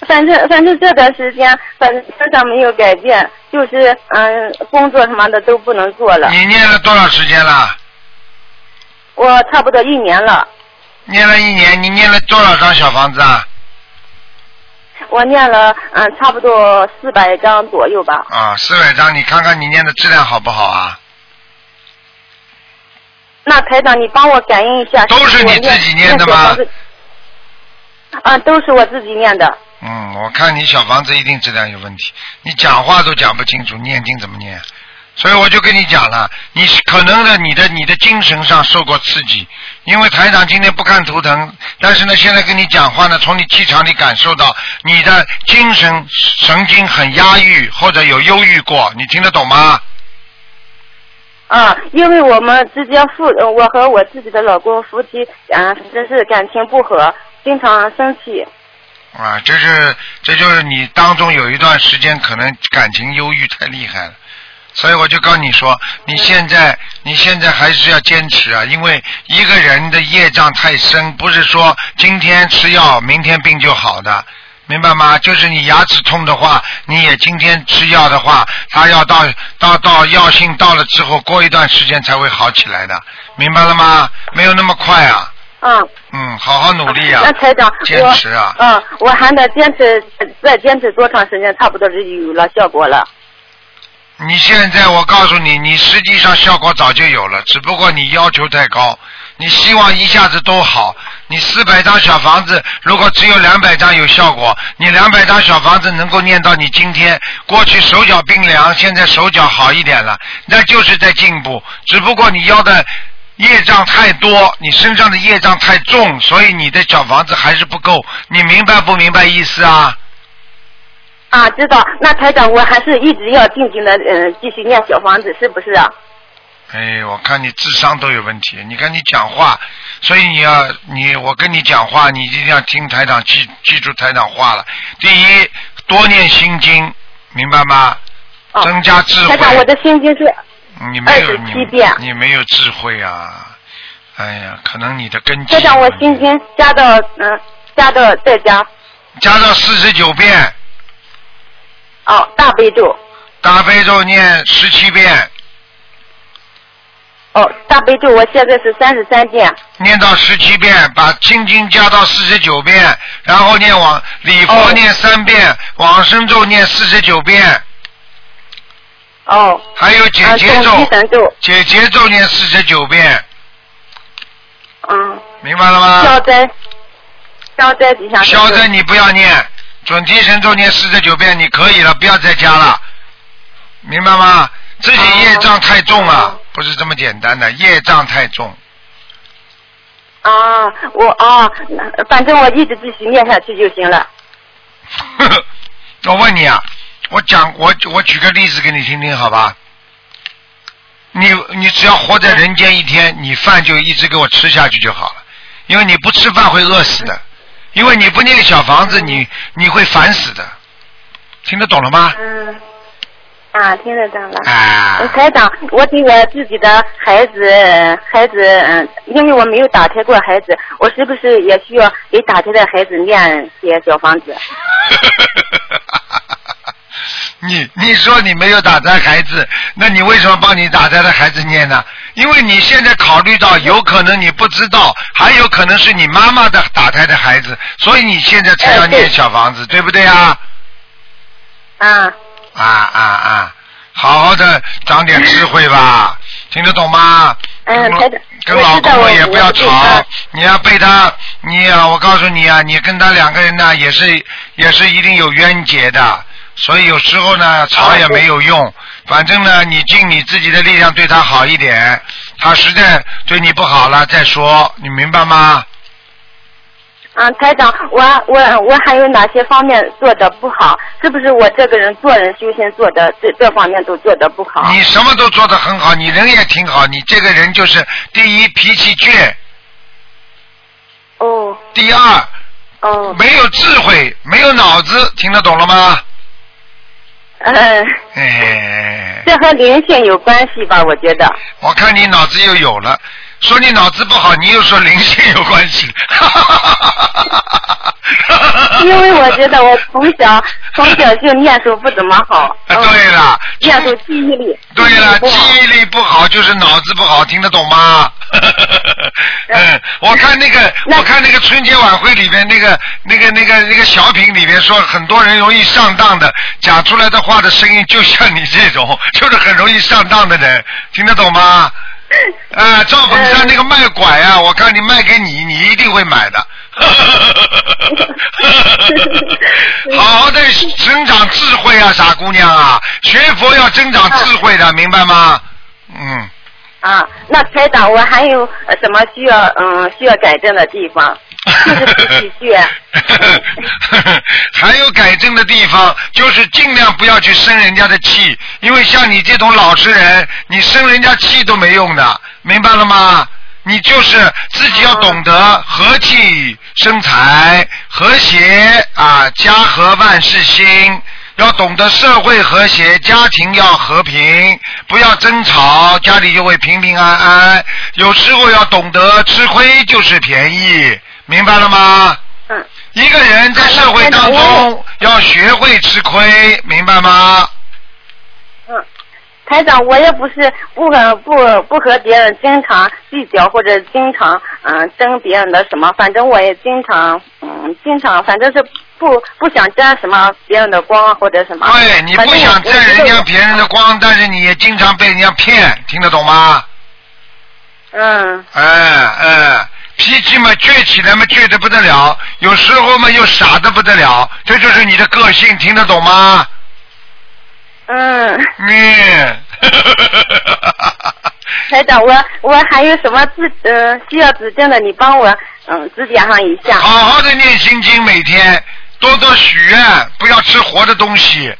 [SPEAKER 7] 反正反正这段时间，反正身上没有改变，就是嗯，工作什么的都不能做了。
[SPEAKER 2] 你念了多少时间了？
[SPEAKER 7] 我差不多一年了，
[SPEAKER 2] 念了一年，你念了多少张小房子啊？
[SPEAKER 7] 我念了嗯，差不多四百张左右吧。
[SPEAKER 2] 啊，四百张，你看看你念的质量好不好啊？
[SPEAKER 7] 那台长，你帮我感应一下，
[SPEAKER 2] 都是你自己念的吗
[SPEAKER 7] 我念？啊，都是我自己念的。
[SPEAKER 2] 嗯，我看你小房子一定质量有问题，你讲话都讲不清楚，念经怎么念？所以我就跟你讲了，你是可能的你的你的精神上受过刺激，因为台长今天不看图腾，但是呢，现在跟你讲话呢，从你气场里感受到你的精神神经很压抑或者有忧郁过，你听得懂吗？
[SPEAKER 7] 啊，因为我们之间夫，呃我和我自己的老公夫妻，啊，真是感情不和，经常生气。
[SPEAKER 2] 啊，这是这就是你当中有一段时间可能感情忧郁太厉害了，所以我就告诉你说，你现在你现在还是要坚持啊，因为一个人的业障太深，不是说今天吃药明天病就好的。明白吗？就是你牙齿痛的话，你也今天吃药的话，它要到到到药性到了之后，过一段时间才会好起来的，明白了吗？没有那么快啊，
[SPEAKER 7] 啊，
[SPEAKER 2] 嗯，好好努力啊，
[SPEAKER 7] 那台长，
[SPEAKER 2] 坚
[SPEAKER 7] 我
[SPEAKER 2] 持啊，
[SPEAKER 7] 嗯，我还得坚持，再坚持多长时间，差不多就有了效果了。
[SPEAKER 2] 你现在我告诉你，你实际上效果早就有了，只不过你要求太高。你希望一下子都好。你四百张小房子，如果只有两百张有效果，你两百张小房子能够念到你今天，过去手脚冰凉，现在手脚好一点了，那就是在进步。只不过你要的业障太多，你身上的业障太重，所以你的小房子还是不够。你明白不明白意思啊？
[SPEAKER 7] 啊，知道。那台长，我还是一直要静静的，嗯，继续念小房子，是不是啊？
[SPEAKER 2] 哎，我看你智商都有问题，你看你讲话，所以你要你我跟你讲话，你一定要听台长记记住台长话了。第一，多念心经，明白吗？
[SPEAKER 7] 哦
[SPEAKER 2] 增加智慧。
[SPEAKER 7] 台长，我的心经是
[SPEAKER 2] 你没有
[SPEAKER 7] 27
[SPEAKER 2] 你
[SPEAKER 7] 遍
[SPEAKER 2] 你没有智慧啊！哎呀，可能你的根基
[SPEAKER 7] 台长，我心经加到嗯，加到再加
[SPEAKER 2] 加到四十九遍，
[SPEAKER 7] 哦，大悲咒
[SPEAKER 2] 大悲咒念十七遍，
[SPEAKER 7] 哦，大悲咒我现在是三十三遍
[SPEAKER 2] 念到十七遍，把心经加到四十九遍，然后念往礼佛
[SPEAKER 7] 哦
[SPEAKER 2] 念三遍，往生咒念四十九遍，
[SPEAKER 7] 哦，
[SPEAKER 2] 还有
[SPEAKER 7] 啊，
[SPEAKER 2] 解
[SPEAKER 7] 总
[SPEAKER 2] 结
[SPEAKER 7] 提
[SPEAKER 2] 咒，
[SPEAKER 7] 神咒
[SPEAKER 2] 解结咒念四十九遍，
[SPEAKER 7] 嗯，
[SPEAKER 2] 明白了
[SPEAKER 7] 消
[SPEAKER 2] 吗？
[SPEAKER 7] 灾消灾吉祥神咒
[SPEAKER 2] 啊消灾你不要念，准提神咒念四十九遍，你可以了，不要再加了，明白吗？自己业障太重了
[SPEAKER 7] 哦，
[SPEAKER 2] 不是这么简单的，业障太重。
[SPEAKER 7] 啊，我啊，那反正我一直继续念下去就行了。
[SPEAKER 2] 我问你啊，我讲我我举个例子给你听听，好吧？你你只要活在人间一天，你饭就一直给我吃下去就好了，因为你不吃饭会饿死的，因为你不念小房子，你你会烦死的，听得懂了吗？
[SPEAKER 7] 嗯，啊，听得懂了。
[SPEAKER 2] 啊
[SPEAKER 7] 嗯，台长，我给我自己的孩子，孩子，嗯，因为我没有打胎过孩子，我是不是也需要给打胎的孩子念些小房子？
[SPEAKER 2] 你你说你没有打胎孩子，那你为什么帮你打胎的孩子念呢？因为你现在考虑到有可能你不知道，还有可能是你妈妈的打胎的孩子，所以你现在才要
[SPEAKER 7] 哎对
[SPEAKER 2] 念小房子，对不对啊？
[SPEAKER 7] 啊，
[SPEAKER 2] 啊啊啊！好好的长点智慧吧，听得懂吗？
[SPEAKER 7] 嗯
[SPEAKER 2] 跟
[SPEAKER 7] 台长
[SPEAKER 2] 跟
[SPEAKER 7] 我
[SPEAKER 2] 老
[SPEAKER 7] 知道
[SPEAKER 2] 公啊
[SPEAKER 7] 我
[SPEAKER 2] 也不要
[SPEAKER 7] 我知道
[SPEAKER 2] 吵，你要被他，你呀、我告诉你啊，你跟他两个人呢，也是也是一定有冤结的，所以有时候呢，吵也没有用，反正呢，你尽你自己的力量对他好一点，他实在对你不好了再说，你明白吗？
[SPEAKER 7] 啊，台长，我我我还有哪些方面做的不好？是不是我这个人做人修心做的这这方面都做的不好？
[SPEAKER 2] 你什么都做得很好，你人也挺好，你这个人就是第一脾气倔，
[SPEAKER 7] 哦
[SPEAKER 2] 第二
[SPEAKER 7] 哦，
[SPEAKER 2] 没有智慧，没有脑子，听得懂了吗？
[SPEAKER 7] 嗯、
[SPEAKER 2] 哎，
[SPEAKER 7] 这和灵性有关系吧？我觉得。
[SPEAKER 2] 我看你脑子又有了，说你脑子不好，你又说灵性有关系，哈哈哈哈哈
[SPEAKER 7] 因为我觉得我从小从小就念书不怎么好，嗯
[SPEAKER 2] 啊对了，
[SPEAKER 7] 念书记忆力
[SPEAKER 2] 对了，
[SPEAKER 7] 不
[SPEAKER 2] 记
[SPEAKER 7] 好
[SPEAKER 2] 忆力不好就是脑子不好，听得懂吗？嗯，我看那个，
[SPEAKER 7] 那
[SPEAKER 2] 我看那个春节晚会里边那个那个那个那个小品里边说，很多人容易上当的，讲出来的话的声音就像你这种，就是很容易上当的人，听得懂吗？啊，赵本山那个卖拐啊，我看你卖给你，你一定会买的。好好的增长智慧啊，傻姑娘啊，学佛要增长智慧的，明白吗？嗯，
[SPEAKER 7] 啊。那台长，我还有呃什么需要嗯需要改正的地 方？就是不喜剧。
[SPEAKER 2] 还有改正的地方，就是尽量不要去生人家的气，因为像你这种老实人，你生人家气都没用的，明白了吗？你就是自己要懂得和气生财、和谐啊，家和万事兴。要懂得社会和谐，家庭要和平，不要争吵，家里就会平平安安。有时候要懂得吃亏就是便宜，明白了吗？
[SPEAKER 7] 嗯。
[SPEAKER 2] 一个人在社会当中要学会吃亏，明白吗？
[SPEAKER 7] 嗯，台长，我也不是不和不不和别人经常计较或者经常嗯、争别人的什么，反正我也经常嗯经常反正是不不想沾什么别人的光或者什么。哎
[SPEAKER 2] 对，哎你不想
[SPEAKER 7] 反正我
[SPEAKER 2] 占人
[SPEAKER 7] 我觉得
[SPEAKER 2] 家
[SPEAKER 7] 我
[SPEAKER 2] 别人的光，但是你也经常被人家骗，听得懂吗？
[SPEAKER 8] 嗯，
[SPEAKER 2] 哎哎，脾气嘛倔起来嘛倔的不得了，有时候嘛又傻的不得了，这就是你的个性，听得懂吗？
[SPEAKER 7] 嗯，
[SPEAKER 2] 嗯，
[SPEAKER 7] 台长，我我还有什么指呃需要指正的，你帮我嗯指点上一下。
[SPEAKER 2] 好好的念心经，每天多多许愿，不要吃活的东西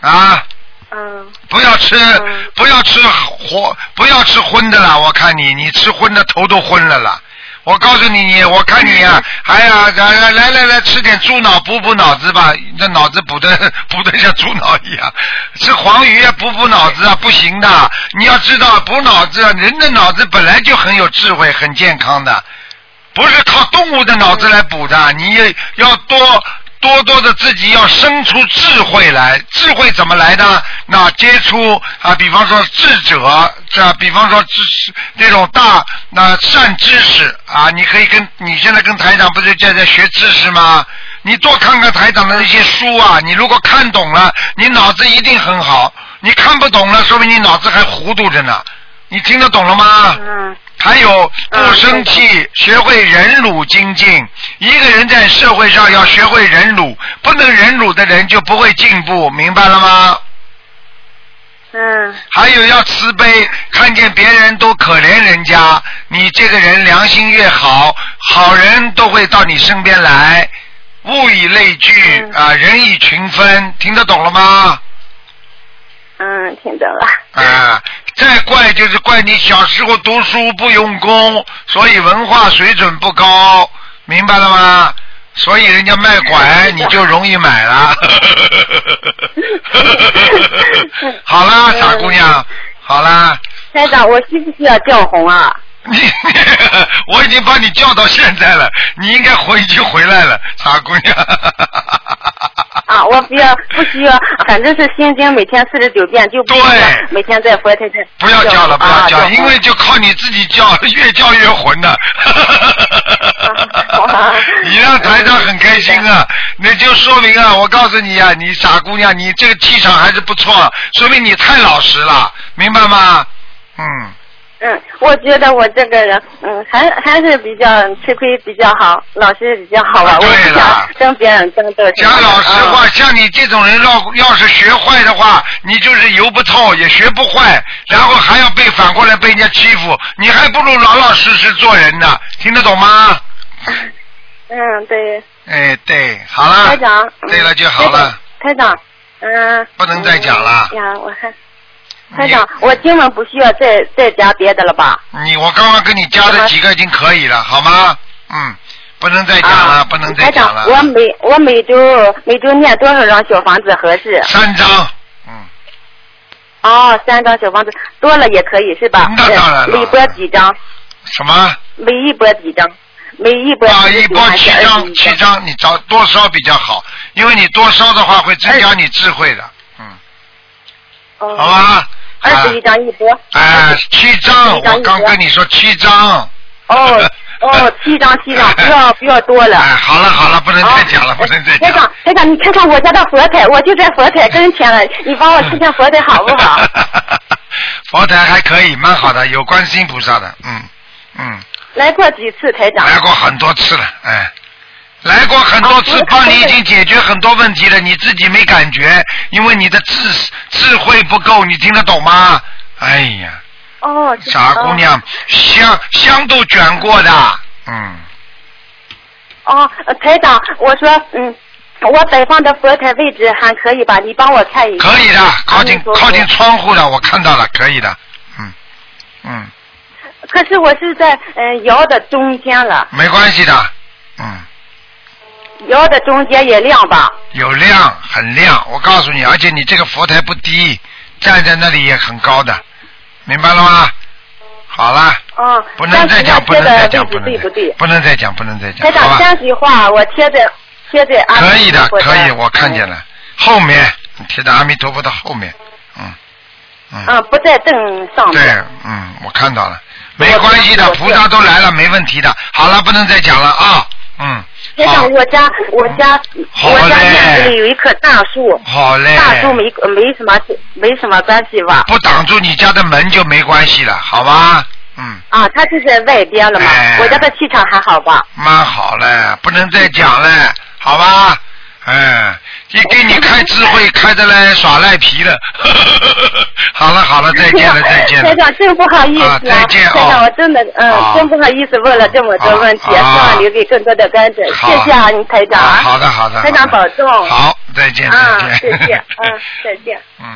[SPEAKER 2] 啊，
[SPEAKER 7] 嗯，
[SPEAKER 2] 不要吃不要吃活不要吃荤的啦。我看你，你吃荤的头都昏了啦。我告诉你，你我看你呀、哎呀，来来来来来，吃点猪脑补补脑子吧，这脑子补的 补的像猪脑一样。吃黄鱼啊，补补脑子啊，不行的。你要知道，补脑子啊，人的脑子本来就很有智慧，很健康的，不是靠动物的脑子来补的。你也要多多多的自己要生出智慧来，智慧怎么来呢？那接触啊，比方说智者，这、比方说知识那种大那、善知识啊，你可以跟你现在跟台长不是在在学知识吗？你多看看台长的那些书啊，你如果看懂了，你脑子一定很好；你看不懂了，说明你脑子还糊涂着呢。你听得懂了吗？
[SPEAKER 8] 嗯。
[SPEAKER 2] 还有不生气，学会忍辱精进。一个人在社会上要学会忍辱，不能忍辱的人就不会进步，明白了吗？
[SPEAKER 8] 嗯，
[SPEAKER 2] 还有要慈悲，看见别人都可怜人家，你这个人良心越好，好人都会到你身边来。物以类聚啊，人以群分，听得懂了吗？
[SPEAKER 7] 嗯，听懂了。
[SPEAKER 2] 啊，再怪就是怪你小时候读书不用功，所以文化水准不高，明白了吗？所以人家卖拐你就容易买了。好啦，傻姑娘，好啦，
[SPEAKER 7] 台长，我需不需要叫红啊？
[SPEAKER 2] 你我已经把你叫到现在了，你应该回已经回来了，傻姑娘。
[SPEAKER 7] 啊，我不要不需要，反正是心经每天四十九遍就不需
[SPEAKER 2] 对
[SPEAKER 7] 要每天在佛台上
[SPEAKER 2] 不要叫了，不要叫，
[SPEAKER 7] 啊
[SPEAKER 2] 因为就靠你自己叫， 越叫越混呢、
[SPEAKER 7] 哇
[SPEAKER 2] 你让台长很开心啊，那就说明啊，我告诉你啊，你傻姑娘，你这个气场还是不错，说明你太老实了，明白吗？嗯，
[SPEAKER 7] 嗯，我觉得我这个人，嗯，还还是比较吃亏比较好，老实比较好吧。我
[SPEAKER 2] 对了
[SPEAKER 7] 不想跟别人争斗。
[SPEAKER 2] 讲老实话，
[SPEAKER 7] 啊。
[SPEAKER 2] 像你这种人要要是学坏的话，你就是油不透，也学不坏，然后还要被反过来被人家欺负，你还不如老老实实做人呢，听得懂吗？
[SPEAKER 7] 嗯，对，
[SPEAKER 2] 哎，对，好了。
[SPEAKER 7] 台长。嗯
[SPEAKER 2] 对了就好了。
[SPEAKER 7] 台长，台长嗯。
[SPEAKER 2] 不能再讲了
[SPEAKER 7] 嗯呀，我还。台长，我今晚不需要再再加别的了吧？
[SPEAKER 2] 你我刚刚跟你加的几个已经可以了，好吗？嗯，不能再讲了，
[SPEAKER 7] 啊，
[SPEAKER 2] 不能再
[SPEAKER 7] 台
[SPEAKER 2] 讲
[SPEAKER 7] 长
[SPEAKER 2] 了。，
[SPEAKER 7] 我每我每周每周念多少张小房子合适？
[SPEAKER 2] 三张，嗯，
[SPEAKER 7] 哦，三张小房子多了也可以是吧？嗯
[SPEAKER 2] 那当然了
[SPEAKER 7] 每波几张？
[SPEAKER 2] 什么？
[SPEAKER 7] 每一波几张？每一波
[SPEAKER 2] 啊，一波七张，
[SPEAKER 7] 张，
[SPEAKER 2] 七张，你找多烧比较好，因为你多烧的话会增加你智慧的，嗯，
[SPEAKER 7] 哦
[SPEAKER 2] 好吧？
[SPEAKER 7] 二十一张一波。
[SPEAKER 2] 哎、哎七张，
[SPEAKER 7] 21张
[SPEAKER 2] 我刚跟你说七张。
[SPEAKER 7] 哦 哦，七张七张，不要不要多了。啊
[SPEAKER 2] 哎，好了好了，不能再讲了，不能再
[SPEAKER 7] 台
[SPEAKER 2] 讲。
[SPEAKER 7] 长，台长，你看看我家的佛台，我就在佛台跟前了，你帮我看看佛台好不好？
[SPEAKER 2] 嗯佛台还可以，蛮好的，有观世音菩萨的，嗯嗯，
[SPEAKER 7] 来过几次，台长？
[SPEAKER 2] 来过很多次了，哎，来过很多次
[SPEAKER 7] 啊，
[SPEAKER 2] 帮你已经解决很多问题了，你自己没感觉，因为你的智智慧不够，你听得懂吗？哎呀，
[SPEAKER 7] 哦，是
[SPEAKER 2] 傻姑。娘，香香都卷过的，嗯，
[SPEAKER 7] 哦，呃台长，我说，嗯，我摆放的佛台位置还可以吧？你帮我看一下。
[SPEAKER 2] 可以的，靠近
[SPEAKER 7] 阿弥陀佛
[SPEAKER 2] 靠近窗户的，我看到了，可以的，嗯嗯，
[SPEAKER 7] 可是我是在嗯窑的中间了，
[SPEAKER 2] 没关系的，嗯。
[SPEAKER 7] 窑的中间也亮吧？
[SPEAKER 2] 有亮，很亮。我告诉你，而且你这个佛台不低，站在那里也很高的，明白了吗？好了，
[SPEAKER 7] 哦，
[SPEAKER 2] 不能再讲，不
[SPEAKER 7] 但
[SPEAKER 2] 能
[SPEAKER 7] 是它
[SPEAKER 2] 再
[SPEAKER 7] 贴
[SPEAKER 2] 讲，
[SPEAKER 7] 的
[SPEAKER 2] 不能
[SPEAKER 7] 位置对
[SPEAKER 2] 再
[SPEAKER 7] 不对？
[SPEAKER 2] 不能再讲，不能再
[SPEAKER 7] 台
[SPEAKER 2] 讲，好
[SPEAKER 7] 长，
[SPEAKER 2] 吧？
[SPEAKER 7] 山水画我贴在贴在阿弥
[SPEAKER 2] 可以的，
[SPEAKER 7] 陀佛
[SPEAKER 2] 可以，我看见。
[SPEAKER 7] 嗯
[SPEAKER 2] 了，后面你贴在阿弥陀佛的后面，嗯嗯，
[SPEAKER 7] 嗯，不在正上
[SPEAKER 2] 对
[SPEAKER 7] 面。，
[SPEAKER 2] 嗯，我看到了，没
[SPEAKER 7] 我
[SPEAKER 2] 关系的，
[SPEAKER 7] 我
[SPEAKER 2] 菩萨都来了，没问题的。好了，不能再讲了啊，嗯，
[SPEAKER 7] 台
[SPEAKER 2] 好
[SPEAKER 7] 长，，我家我家
[SPEAKER 2] 好
[SPEAKER 7] 我家
[SPEAKER 2] 嘞
[SPEAKER 7] 院子里有一棵大树，
[SPEAKER 2] 好嘞，
[SPEAKER 7] 大树没
[SPEAKER 9] 呃
[SPEAKER 7] 没什么没什么关系吧？
[SPEAKER 2] 不挡住你家的门就没关系了，好吧？嗯，
[SPEAKER 9] 啊，他就在外边了嘛。
[SPEAKER 2] 哎
[SPEAKER 9] 我家的气场还好吧？
[SPEAKER 2] 蛮好嘞，不能再讲了，好吧？嗯，一给你开智慧， 开的来耍赖皮了。 好了好了，再见了再见了
[SPEAKER 9] 哎台。长，真不好意思
[SPEAKER 2] 啊再见啊
[SPEAKER 9] 台长，我真的，嗯、
[SPEAKER 2] 啊
[SPEAKER 9] 真不好意思问了这么多问题，
[SPEAKER 2] 啊啊
[SPEAKER 9] 希望留给更多的观众。
[SPEAKER 2] 好
[SPEAKER 9] 谢谢啊，你台长。
[SPEAKER 2] 啊好的好的。
[SPEAKER 9] 台长
[SPEAKER 2] 好的
[SPEAKER 9] 保重
[SPEAKER 2] 好，再见 再
[SPEAKER 9] 啊
[SPEAKER 2] 见。，
[SPEAKER 9] 谢谢，嗯，再见。
[SPEAKER 2] 嗯，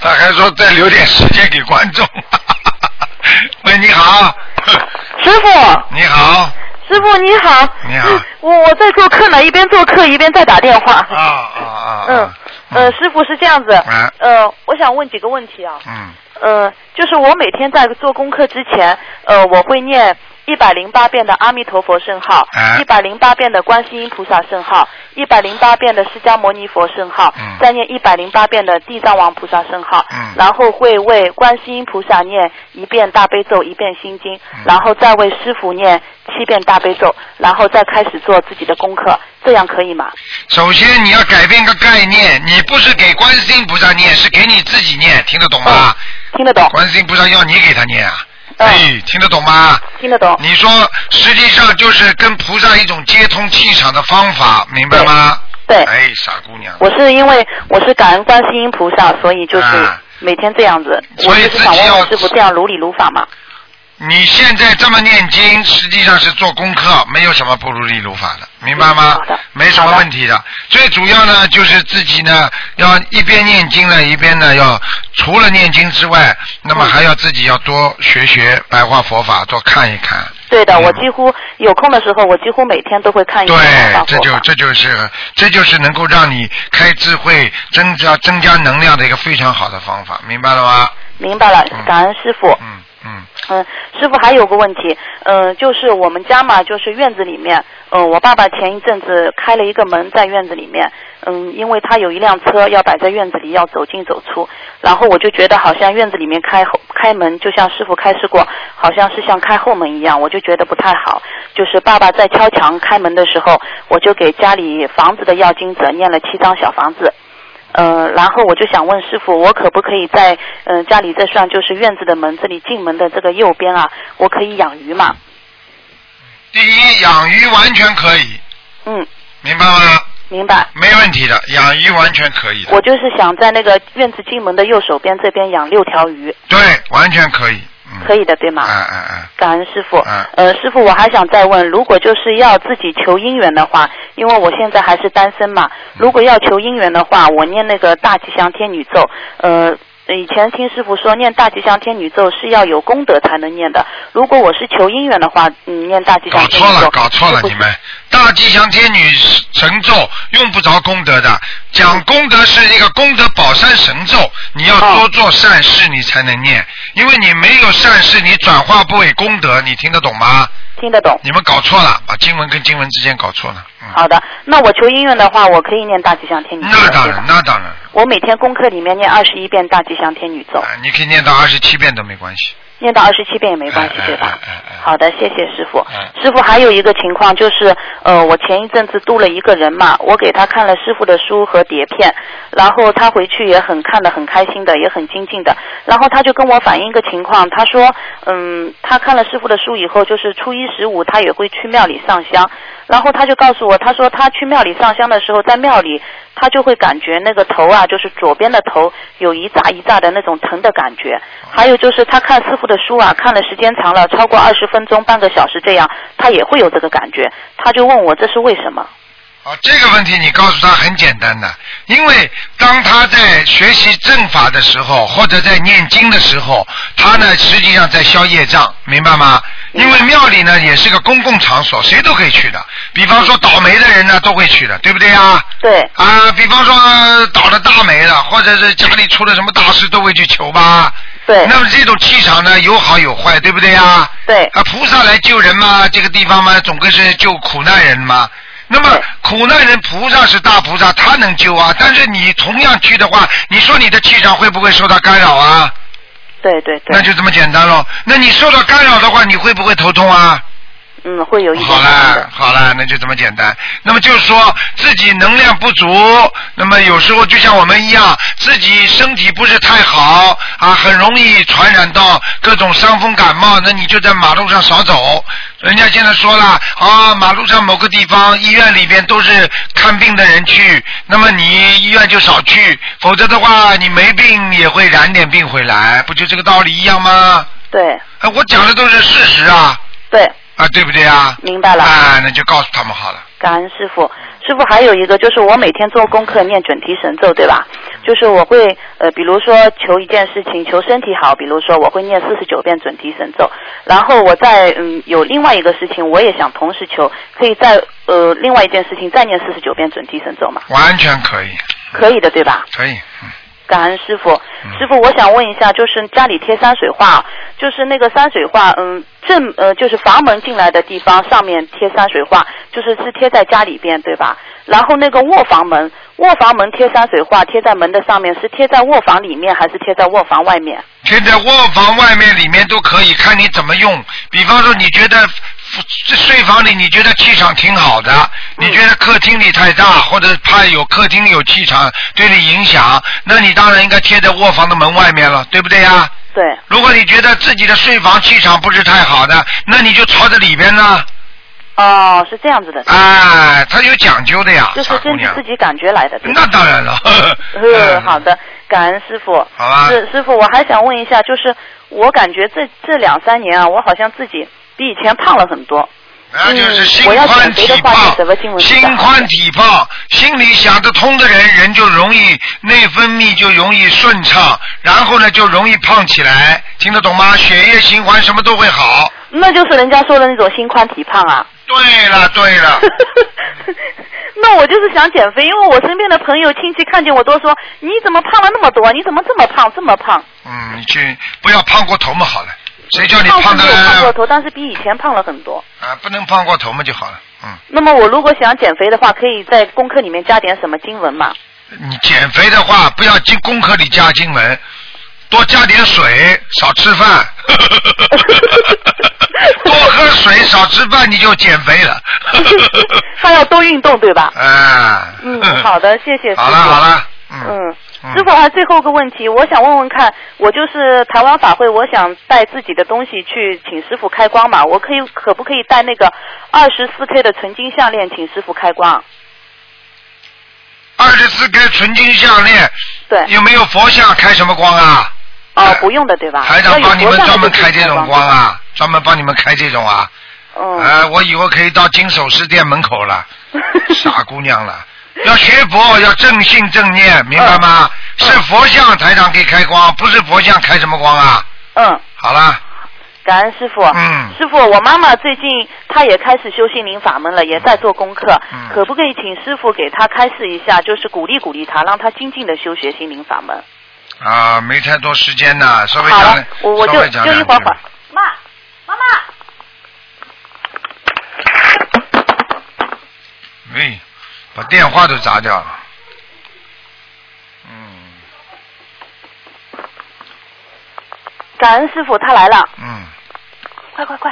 [SPEAKER 2] 他还说再留点时间给观众。 喂，你好，
[SPEAKER 7] 师傅，
[SPEAKER 2] 你好，
[SPEAKER 7] 师傅你好。
[SPEAKER 2] 你好
[SPEAKER 7] 我我在做客呢，一边做客一边在打电话。
[SPEAKER 2] 啊啊啊，
[SPEAKER 7] 嗯，呃，师傅是这样子
[SPEAKER 2] 啊，
[SPEAKER 7] 呃，我想问几个问题啊，
[SPEAKER 2] 嗯
[SPEAKER 7] 呃，就是我每天在做功课之前，呃，我会念一百零八遍的阿弥陀佛圣号
[SPEAKER 2] 啊，
[SPEAKER 7] 一百零八遍的观世音菩萨圣号，一百零八遍的释迦牟尼佛圣号
[SPEAKER 2] 嗯，
[SPEAKER 7] 再念一百零八遍的地藏王菩萨圣号
[SPEAKER 2] 嗯，
[SPEAKER 7] 然后会为观世音菩萨念一遍大悲咒，一遍心经
[SPEAKER 2] 嗯，
[SPEAKER 7] 然后再为师傅念七遍大悲咒，然后再开始做自己的功课，这样可以吗？
[SPEAKER 2] 首先你要改变个概念，你不是给观世音菩萨念，是给你自己念，听得懂吗？
[SPEAKER 7] 听得懂？
[SPEAKER 2] 观世音菩萨要你给他念啊，
[SPEAKER 7] 嗯
[SPEAKER 2] 哎，听得懂吗？
[SPEAKER 7] 听得懂？
[SPEAKER 2] 你说实际上就是跟菩萨一种接通气场的方法，明白吗？
[SPEAKER 7] 对。
[SPEAKER 2] 哎，傻姑娘。
[SPEAKER 7] 我是因为我是感恩观世音菩萨，所以就是
[SPEAKER 2] 啊
[SPEAKER 7] 每天这样子。我
[SPEAKER 2] 所以
[SPEAKER 7] 就是想
[SPEAKER 2] 自己
[SPEAKER 7] 问
[SPEAKER 2] 要
[SPEAKER 7] 问师傅，这样如理如法嘛？
[SPEAKER 2] 你现在这么念经，实际上是做功课，没有什么不如理如法的，明白吗
[SPEAKER 7] 嗯好的？
[SPEAKER 2] 没什么问题的。最主要呢，就是自己呢要一边念经呢，一边呢要除了念经之外，那
[SPEAKER 7] 嗯
[SPEAKER 2] 么还要自己要多学学白话佛法，多看一看。
[SPEAKER 7] 对的，
[SPEAKER 2] 嗯
[SPEAKER 7] 我几乎有空的时候，我几乎每天都会看一遍《
[SPEAKER 2] 对
[SPEAKER 7] 法，
[SPEAKER 2] 这
[SPEAKER 7] 佛
[SPEAKER 2] 就
[SPEAKER 7] 法
[SPEAKER 2] 这就是这就是能够让你开智慧、增加增加能量的一个非常好的方法，明白了吗？
[SPEAKER 7] 明白了
[SPEAKER 2] 嗯，
[SPEAKER 7] 感恩师傅。
[SPEAKER 2] 嗯嗯
[SPEAKER 7] 嗯，师傅还有个问题，嗯、就是我们家嘛，就是院子里面，嗯、我爸爸前一阵子开了一个门在院子里面，嗯，因为他有一辆车要摆在院子里，要走进走出，然后我就觉得好像院子里面开后开门，就像师傅开示过，好像是像开后门一样，我就觉得不太好。就是爸爸在敲墙开门的时候，我就给家里房子的要经者念了七张小房子。呃，然后我就想问师傅，我可不可以在呃家里这扇就是院子的门这里进门的这个右边啊，我可以养鱼嘛？
[SPEAKER 2] 第一，养鱼完全可以，
[SPEAKER 7] 嗯，
[SPEAKER 2] 明白吗？
[SPEAKER 7] 明白。
[SPEAKER 2] 没问题的，养鱼完全可以的。
[SPEAKER 7] 我就是想在那个院子进门的右手边这边养六条鱼，
[SPEAKER 2] 对，完全可以。嗯、
[SPEAKER 7] 可以的，对吗？
[SPEAKER 2] 嗯嗯嗯，
[SPEAKER 7] 感恩师傅
[SPEAKER 2] 嗯。
[SPEAKER 7] 呃，师傅，我还想再问，如果就是要自己求姻缘的话，因为我现在还是单身嘛，
[SPEAKER 2] 嗯
[SPEAKER 7] 如果要求姻缘的话，我念那个大吉祥天女咒，呃。以前听师傅说，念大吉祥天女咒是要有功德才能念的。如果我是求姻缘的话，嗯，念大吉祥
[SPEAKER 2] 搞
[SPEAKER 7] 天
[SPEAKER 2] 错
[SPEAKER 7] 女
[SPEAKER 2] 了，
[SPEAKER 7] 咒，
[SPEAKER 2] 搞错了，
[SPEAKER 7] 是不
[SPEAKER 2] 你
[SPEAKER 7] 是
[SPEAKER 2] 们大吉祥天女神咒用不着功德的，讲功德是一个功德宝山神咒，你要多
[SPEAKER 7] 哦
[SPEAKER 2] 做善事，你才能念，因为你没有善事，你转化不为功德，你听得懂吗？
[SPEAKER 7] 听得懂。
[SPEAKER 2] 你们搞错了，把经文跟经文之间搞错了。嗯，
[SPEAKER 7] 好的，那我求姻缘的话，我可以念大吉祥天女咒，
[SPEAKER 2] 那当
[SPEAKER 7] 对
[SPEAKER 2] 然
[SPEAKER 7] 吧，
[SPEAKER 2] 那当然，
[SPEAKER 7] 我每天功课里面念二十一遍大吉祥天女咒，
[SPEAKER 2] 啊你可以念到二十七遍都没关系。
[SPEAKER 7] 念到二十七遍也没关系，
[SPEAKER 2] 哎
[SPEAKER 7] 对吧
[SPEAKER 2] 哎哎哎？哎
[SPEAKER 7] 好的，谢谢师傅
[SPEAKER 2] 哎。
[SPEAKER 7] 师傅还有一个情况就是，呃，我前一阵子度了一个人嘛，我给他看了师傅的书和碟片，然后他回去也很看得很开心的，也很精进的。然后他就跟我反映一个情况，他说，嗯，他看了师傅的书以后，就是初一十五他也会去庙里上香，然后他就告诉我，他说他去庙里上香的时候，在庙里他就会感觉那个头啊，就是左边的头有一炸一炸的那种疼的感觉。还有就是他看师傅的书啊，看了时间长了，超过二十分钟、半个小时这样，他也会有这个感觉。他就问我这是为什么？
[SPEAKER 2] 啊，这个问题你告诉他很简单的，因为当他在学习正法的时候，或者在念经的时候，他呢实际上在消业障，明白吗？因为庙里呢也是个公共场所，谁都可以去的。比方说倒霉的人呢都会去的，对不对啊？
[SPEAKER 7] 对，
[SPEAKER 2] 啊，比方说倒了大霉了，或者是家里出了什么大事，都会去求吧。
[SPEAKER 7] 对，
[SPEAKER 2] 那么这种气场呢，有好有坏，对不对呀？
[SPEAKER 7] 对
[SPEAKER 2] 啊，菩萨来救人嘛，这个地方嘛，总归是救苦难人嘛。那么
[SPEAKER 7] 对
[SPEAKER 2] 苦难人，菩萨是大菩萨，他能救啊。但是你同样去的话，你说你的气场会不会受到干扰啊？
[SPEAKER 7] 对对对
[SPEAKER 2] 那，就这么简单喽。那你受到干扰的话，你会不会头痛啊？
[SPEAKER 7] 嗯，会有一点。
[SPEAKER 2] 好啦，好啦，那就这么简单。那么就是说自己能量不足，那么有时候就像我们一样，自己身体不是太好啊，很容易传染到各种伤风感冒。那你就在马路上少走。人家现在说了啊，马路上某个地方医院里边都是看病的人去，那么你医院就少去，否则的话你没病也会染点病回来，不就这个道理一样吗？
[SPEAKER 7] 对
[SPEAKER 2] 啊，我讲的都是事实啊
[SPEAKER 7] 对，
[SPEAKER 2] 啊，对不对啊？
[SPEAKER 7] 明白了。
[SPEAKER 2] 啊，那就告诉他们好了。
[SPEAKER 7] 感恩师傅。师傅还有一个就是我每天做功课念准提神咒，对吧？就是我会呃，比如说求一件事情，求身体好，比如说我会念四十九遍准提神咒，然后我再嗯有另外一个事情，我也想同时求，可以再呃另外一件事情再念四十九遍准提神咒嘛？
[SPEAKER 2] 完全可以，
[SPEAKER 7] 可以的，对吧？
[SPEAKER 2] 可以。
[SPEAKER 7] 感恩师傅，
[SPEAKER 2] 嗯
[SPEAKER 7] 师傅，我想问一下，就是家里贴山水画，就是那个山水画，嗯，正呃，就是房门进来的地方上面贴山水画，就是是贴在家里边对吧？然后那个卧房门，卧房门贴山水画贴在门的上面，是贴在卧房里面还是贴在卧房外面？
[SPEAKER 2] 贴在卧房外面、里面都可以，看你怎么用。比方说，你觉得这睡房里你觉得气场挺好的，
[SPEAKER 7] 嗯
[SPEAKER 2] 你觉得客厅里太大，或者怕有客厅里有气场对你影响，那你当然应该贴在卧房的门外面了，对不对呀？
[SPEAKER 7] 对，
[SPEAKER 2] 如果你觉得自己的睡房气场不是太好的，那你就朝着里边呢。
[SPEAKER 7] 哦，是这样子的，
[SPEAKER 2] 哎，他有讲究的呀，
[SPEAKER 7] 就是
[SPEAKER 2] 傻姑
[SPEAKER 7] 根据
[SPEAKER 2] 娘
[SPEAKER 7] 自。己感觉来的。对吧
[SPEAKER 2] 那当然了。
[SPEAKER 7] 嗯，好的，感恩师傅。
[SPEAKER 2] 好啊吧
[SPEAKER 7] 是师傅，我还想问一下，就是我感觉这这两三年啊，我好像自己比以前胖了很多。
[SPEAKER 2] 那就是心
[SPEAKER 7] 嗯我要
[SPEAKER 2] 宽
[SPEAKER 7] 减肥
[SPEAKER 2] 体
[SPEAKER 7] 的话，念
[SPEAKER 2] 胖
[SPEAKER 7] 什么经，文比较
[SPEAKER 2] 心
[SPEAKER 7] 好
[SPEAKER 2] 宽体胖，心里想得通的人，人就容易内分泌就容易顺畅，然后呢就容易胖起来，听得懂吗？血液循环什么都会好。
[SPEAKER 7] 那就是人家说的那种心宽体胖啊。
[SPEAKER 2] 对了对 了，
[SPEAKER 7] 那我就是想减肥，因为我身边的朋友亲戚看见我都说，你怎么胖了那么多？你怎么这么胖，这么胖？
[SPEAKER 2] 嗯，你去不要胖过头嘛，好了，谁叫你
[SPEAKER 7] 胖
[SPEAKER 2] 胖
[SPEAKER 7] 是没有胖过
[SPEAKER 2] 的
[SPEAKER 7] 头，但是比以前胖了很多。
[SPEAKER 2] 啊？不能胖过头嘛就好了，嗯。
[SPEAKER 7] 那么我如果想减肥的话，可以在功课里面加点什么经 文嘛？
[SPEAKER 2] 你减肥的话，不要进功课里加经文，多加点水，少吃饭。 多喝水，少吃饭，你就减肥了。
[SPEAKER 7] 还要多运动，对吧？
[SPEAKER 2] 啊。
[SPEAKER 7] 嗯，好。的，谢谢师傅。
[SPEAKER 2] 好了好了，嗯。
[SPEAKER 7] 嗯，
[SPEAKER 2] 嗯
[SPEAKER 7] 师傅还最后一个问题，我想问问看，我就是台湾法会，我想带自己的东西去请师傅开光嘛，我可以可不可以带那个二十四 K 的纯金项链请师傅开光？
[SPEAKER 2] 二十四根纯金项链，
[SPEAKER 7] 对，
[SPEAKER 2] 有没有佛像开什么光啊？
[SPEAKER 7] 哦，不用的对吧？
[SPEAKER 2] 台
[SPEAKER 7] 要
[SPEAKER 2] 长
[SPEAKER 7] 有
[SPEAKER 2] 帮你们
[SPEAKER 7] 佛像
[SPEAKER 2] 专门
[SPEAKER 7] 就可以
[SPEAKER 2] 开这种光
[SPEAKER 7] 光。
[SPEAKER 2] 啊，专门帮你们开这种啊。
[SPEAKER 7] 嗯，
[SPEAKER 2] 啊，我以后可以到金首饰店门口 了。傻姑娘了，要学佛，要正信正念，明白
[SPEAKER 7] 啊
[SPEAKER 2] 吗？是佛像台长可以开光，不是佛像开什么光啊？
[SPEAKER 7] 嗯，
[SPEAKER 2] 好了，
[SPEAKER 7] 感恩师傅。
[SPEAKER 2] 嗯
[SPEAKER 7] 师傅，我妈妈最近她也开始修心灵法门了，也在做功课，
[SPEAKER 2] 嗯
[SPEAKER 7] 可不可以请师傅给她开示一下，就是鼓励鼓励她，让她精进的修学心灵法门？
[SPEAKER 2] 啊，没太多时间呐，稍微
[SPEAKER 7] 好
[SPEAKER 2] 讲
[SPEAKER 7] 了
[SPEAKER 2] 两，，
[SPEAKER 7] 我我就
[SPEAKER 2] 稍微讲
[SPEAKER 7] 就一
[SPEAKER 2] 两
[SPEAKER 7] 会儿
[SPEAKER 2] 句
[SPEAKER 7] 会儿。妈，妈妈。
[SPEAKER 2] 喂，把电话都砸掉了。嗯
[SPEAKER 7] 感恩师傅，他来了，
[SPEAKER 2] 嗯，
[SPEAKER 7] 快快快！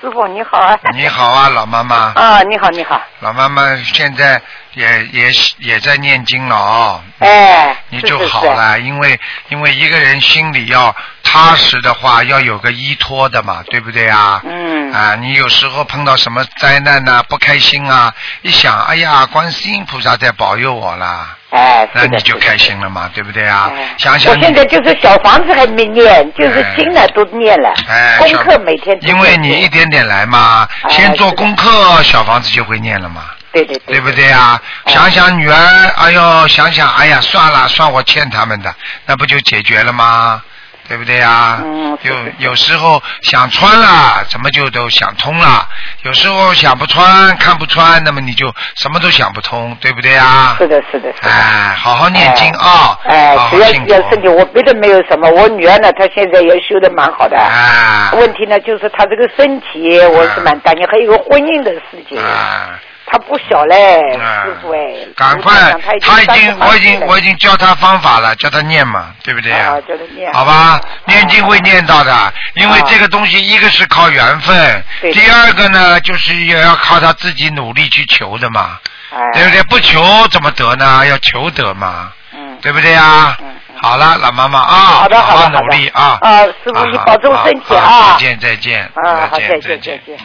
[SPEAKER 10] 师傅你好 啊。
[SPEAKER 2] 你好啊，老妈妈，
[SPEAKER 10] 啊，你好，你好。
[SPEAKER 2] 老妈妈现在也也也在念经了哦。
[SPEAKER 10] 哎，
[SPEAKER 2] 你
[SPEAKER 10] 是
[SPEAKER 2] 就是好
[SPEAKER 10] 是
[SPEAKER 2] 了，因为因为一个人心里要踏实的话，要有个依托的嘛，对不对啊？
[SPEAKER 10] 嗯
[SPEAKER 2] 啊，你有时候碰到什么灾难呐、不开心啊，一想，哎呀，观世音菩萨在保佑我啦，
[SPEAKER 10] 哎，
[SPEAKER 2] 那
[SPEAKER 10] 是的
[SPEAKER 2] 你就开。心了嘛，对不对啊？
[SPEAKER 10] 是的哎
[SPEAKER 2] 想想
[SPEAKER 10] 我
[SPEAKER 2] 你
[SPEAKER 10] 现在就是小房子还没念，就是经呢都念了，
[SPEAKER 2] 哎，
[SPEAKER 10] 功
[SPEAKER 2] 小
[SPEAKER 10] 课每天都
[SPEAKER 2] 因为
[SPEAKER 10] 念
[SPEAKER 2] 你一点点来嘛，
[SPEAKER 10] 哎
[SPEAKER 2] 先做
[SPEAKER 10] 是的
[SPEAKER 2] 功课，小房子就会念了嘛。
[SPEAKER 10] 对对
[SPEAKER 2] 对不对啊？想想女儿，哎呦，想想，哎呀，算了，算我欠他们的，那不就解决了吗？对不对啊？
[SPEAKER 10] 嗯是
[SPEAKER 2] 有
[SPEAKER 10] 是是
[SPEAKER 2] 有时候想穿了，怎么就都想通了；有时候想不穿、看不穿，那么你就什么都想不通，对不对啊？
[SPEAKER 10] 是的，是的，是的。
[SPEAKER 2] 哎，好好念经啊！
[SPEAKER 10] 哎
[SPEAKER 2] 好，
[SPEAKER 10] 主
[SPEAKER 2] 好
[SPEAKER 10] 要
[SPEAKER 2] 信
[SPEAKER 10] 是要身体，
[SPEAKER 2] 佛。
[SPEAKER 10] 我别的没有什么。我女儿呢，她现在也修的蛮好的。
[SPEAKER 2] 哎，
[SPEAKER 10] 问题呢，就是她这个身体，我是蛮担心，还有个婚姻的事情。
[SPEAKER 2] 哎，
[SPEAKER 10] 她
[SPEAKER 7] 他不小嘞，
[SPEAKER 2] 嗯
[SPEAKER 7] 师傅哎，
[SPEAKER 2] 赶快
[SPEAKER 7] 我想，
[SPEAKER 2] 他已
[SPEAKER 7] 三十
[SPEAKER 2] 经，
[SPEAKER 7] 八
[SPEAKER 2] 我已经，
[SPEAKER 7] 岁了
[SPEAKER 2] 我已经教他方法了，教他念嘛，对不对呀
[SPEAKER 7] 啊，叫他念，哦
[SPEAKER 2] 好吧，念经会念到的，因为这个东西一个是靠缘分，
[SPEAKER 7] 对
[SPEAKER 2] 第二个呢就是也要靠他自己努力去求的嘛，
[SPEAKER 7] 哎，
[SPEAKER 2] 对不对？不求怎么得呢？要求得嘛，
[SPEAKER 7] 嗯，
[SPEAKER 2] 对不对啊？好了，老妈妈啊，
[SPEAKER 7] 好的
[SPEAKER 2] 好
[SPEAKER 7] 好的好
[SPEAKER 2] 好
[SPEAKER 7] 的
[SPEAKER 2] 努力啊！
[SPEAKER 7] 啊师傅
[SPEAKER 2] 啊
[SPEAKER 7] 你
[SPEAKER 2] 好
[SPEAKER 7] 保重身体
[SPEAKER 2] 好好
[SPEAKER 7] 啊
[SPEAKER 2] 再见再见，
[SPEAKER 7] 啊，好，再
[SPEAKER 2] 再
[SPEAKER 7] 见
[SPEAKER 2] 见
[SPEAKER 7] 再。见。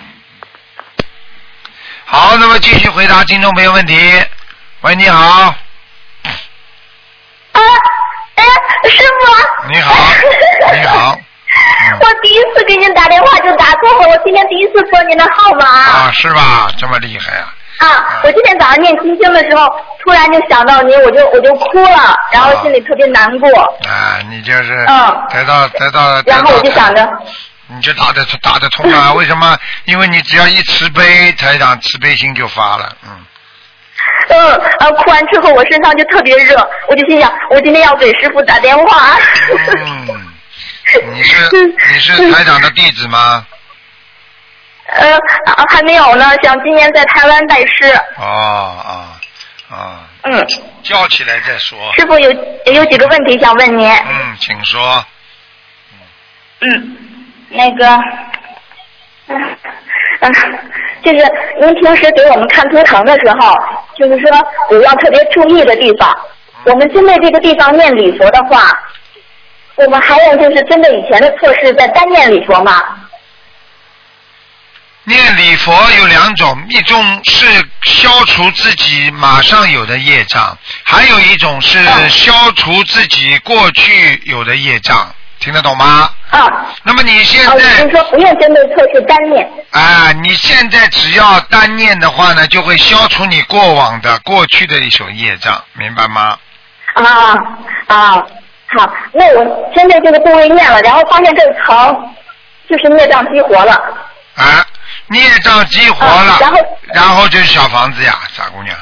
[SPEAKER 2] 好，那么继续回答听众朋友问题。喂，你好，
[SPEAKER 11] 啊，哎，师傅。
[SPEAKER 2] 你好，你 好，
[SPEAKER 11] 我第一次给您打电话就打错了，我今天第一次拨您的号码
[SPEAKER 2] 啊，是吧？这么厉害啊！
[SPEAKER 11] 啊！我今天早上念心经的时候，突然就想到您，我就我就哭了，然后心里特别难过，
[SPEAKER 2] 啊，你就是
[SPEAKER 11] 嗯
[SPEAKER 2] 得到得到，得
[SPEAKER 11] 然后我就
[SPEAKER 2] 到
[SPEAKER 11] 想着，
[SPEAKER 2] 你就打得打得通啊？为什么？因为你只要一慈悲，台长慈悲心就发了，嗯，
[SPEAKER 11] 嗯，啊，哭完之后我身上就特别热，我就心想，我今天要给师傅打电话。
[SPEAKER 2] 嗯，你是你是台长的弟子吗？
[SPEAKER 11] 呃、啊，还没有呢，想今年在台湾拜师。
[SPEAKER 2] 哦哦哦，
[SPEAKER 11] 嗯，
[SPEAKER 2] 叫起来再说，
[SPEAKER 11] 师傅有有几个问题想问您。
[SPEAKER 2] 嗯，请说，
[SPEAKER 11] 嗯，那个，嗯、嗯，就是您平时给我们看图腾的时候，就是说有要特别注意的地方。我们针对这个地方念礼佛的话，我们还有就是针对以前的措施在单念礼佛吗？
[SPEAKER 2] 念礼佛有两种，一种是消除自己马上有的业障，还有一种是
[SPEAKER 11] 嗯
[SPEAKER 2] 消除自己过去有的业障，听得懂吗？
[SPEAKER 11] 啊，
[SPEAKER 2] 那么你现
[SPEAKER 11] 啊，
[SPEAKER 2] 在
[SPEAKER 11] 您说不用针对措施单念。
[SPEAKER 2] 啊，你现在只要单念的话呢，就会消除你过往的过去的一种业障，明白吗？
[SPEAKER 11] 啊啊，好，那我针对这个部位念了，然后发现这个疼，就是孽障激活了。
[SPEAKER 2] 啊，孽障激活了，
[SPEAKER 11] 啊然后
[SPEAKER 2] 然后就是小房子呀，傻姑娘。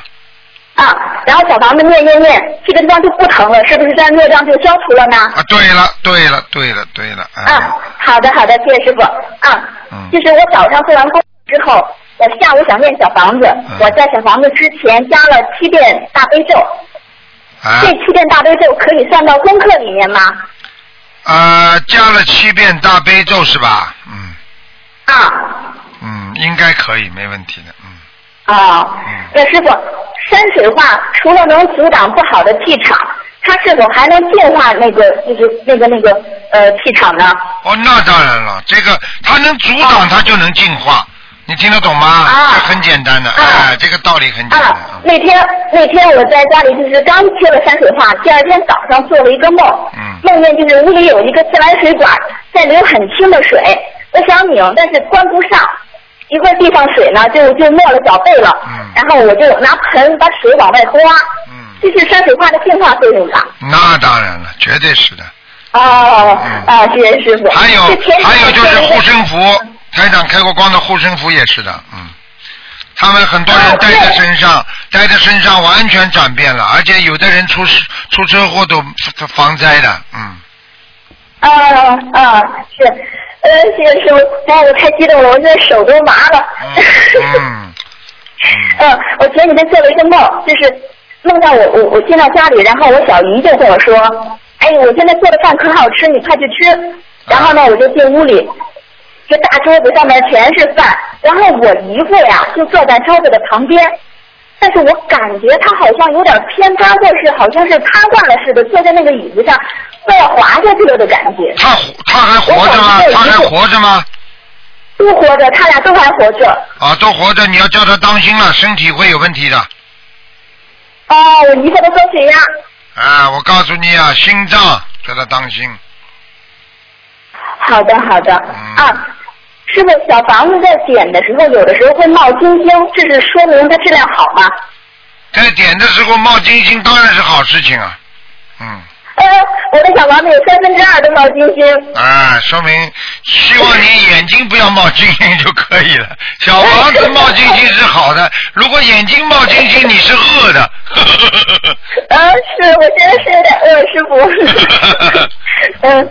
[SPEAKER 11] 啊，然后小房子念念念，这个地方就不疼了，是不是这样孽障就消除了呢？
[SPEAKER 2] 啊，对了，对了，对了，对了，啊，
[SPEAKER 11] 啊，好的好的，谢谢师傅。啊，
[SPEAKER 2] 嗯
[SPEAKER 11] 就是我早上做完功课之后，我下午想念小房子，
[SPEAKER 2] 嗯
[SPEAKER 11] 我在小房子之前加了七遍大悲咒，
[SPEAKER 2] 啊
[SPEAKER 11] 这七遍大悲咒可以算到功课里面吗？
[SPEAKER 2] 啊，加了七遍大悲咒是吧？嗯
[SPEAKER 11] 啊
[SPEAKER 2] 嗯，应该可以，没问题的，嗯。
[SPEAKER 11] 啊，那师傅，山水画除了能阻挡不好的气场，它是否还能净化那个就是那个那个呃气场呢？
[SPEAKER 2] 哦，那当然了，这个它能阻挡，它就能进化，你听得懂吗？
[SPEAKER 11] 哦啊
[SPEAKER 2] 这很简单的，哎，这个道理很简单。嗯
[SPEAKER 11] 啊，那天那天我在家里就是刚贴了山水画，第二天早上做了一个梦，
[SPEAKER 2] 嗯
[SPEAKER 11] 梦见就是屋里有一个自来水管在流很清的水，我想拧，但是关不上。一会儿地上水呢，就就没了脚背了，
[SPEAKER 2] 嗯
[SPEAKER 11] 然后我就拿盆把水往外刮，
[SPEAKER 2] 嗯，
[SPEAKER 11] 这是山水画的净化作用吧？
[SPEAKER 2] 那当然了，绝对是的。
[SPEAKER 11] 哦
[SPEAKER 2] 嗯
[SPEAKER 11] 啊，谢谢师傅。
[SPEAKER 2] 还有
[SPEAKER 11] 这前几
[SPEAKER 2] 还有
[SPEAKER 11] 天
[SPEAKER 2] 就是
[SPEAKER 11] 做了一个
[SPEAKER 2] 护身符，台长开过光的护身符也是的，嗯。他们很多
[SPEAKER 11] 啊
[SPEAKER 2] 人带在身上，带在身上完全转变了，而且有的人
[SPEAKER 11] 嗯
[SPEAKER 2] 出事出车祸都防灾的， 嗯。
[SPEAKER 11] 啊啊是，呃，谢谢师傅，哎，我太激动了，我现在手都麻了。
[SPEAKER 2] 嗯，
[SPEAKER 11] 嗯，我前几天做了一个梦，就是梦到我我我进到家里，然后我小姨就跟我说，哎，我现在做的饭可好吃，你快去吃。然后呢，我就进屋里，这大桌子上面全是饭，然后我姨父呀就坐在桌子的旁边，但是我感觉他好像有点偏瘫，或是好像是瘫痪了似的，坐在那个椅子上，快要滑下去了的感觉。
[SPEAKER 2] 他活他还活着吗他还
[SPEAKER 11] 我感？觉有
[SPEAKER 2] 活着
[SPEAKER 11] 一个
[SPEAKER 2] 吗？
[SPEAKER 11] 都活着，他俩都还活着。
[SPEAKER 2] 啊，都活着，你要叫他当心了，身体会有问题的。
[SPEAKER 11] 哦，我姨父的高血压。
[SPEAKER 2] 啊，我告诉你啊，心脏叫他当心。
[SPEAKER 11] 好的，好的。啊，师傅，小房子在点的时候，有的时候会冒金星，这是说明它质量好吗？
[SPEAKER 2] 在点的时候冒金星当然是好事情啊，嗯。
[SPEAKER 11] 呃，我的小房子有三分之二都冒金星。
[SPEAKER 2] 啊，说明希望你眼睛不要冒金星就可以了。小房子冒金星是好的，如果眼睛冒金星，你是恶的。
[SPEAKER 11] 呃，是我现在是有点饿，师傅。嗯嗯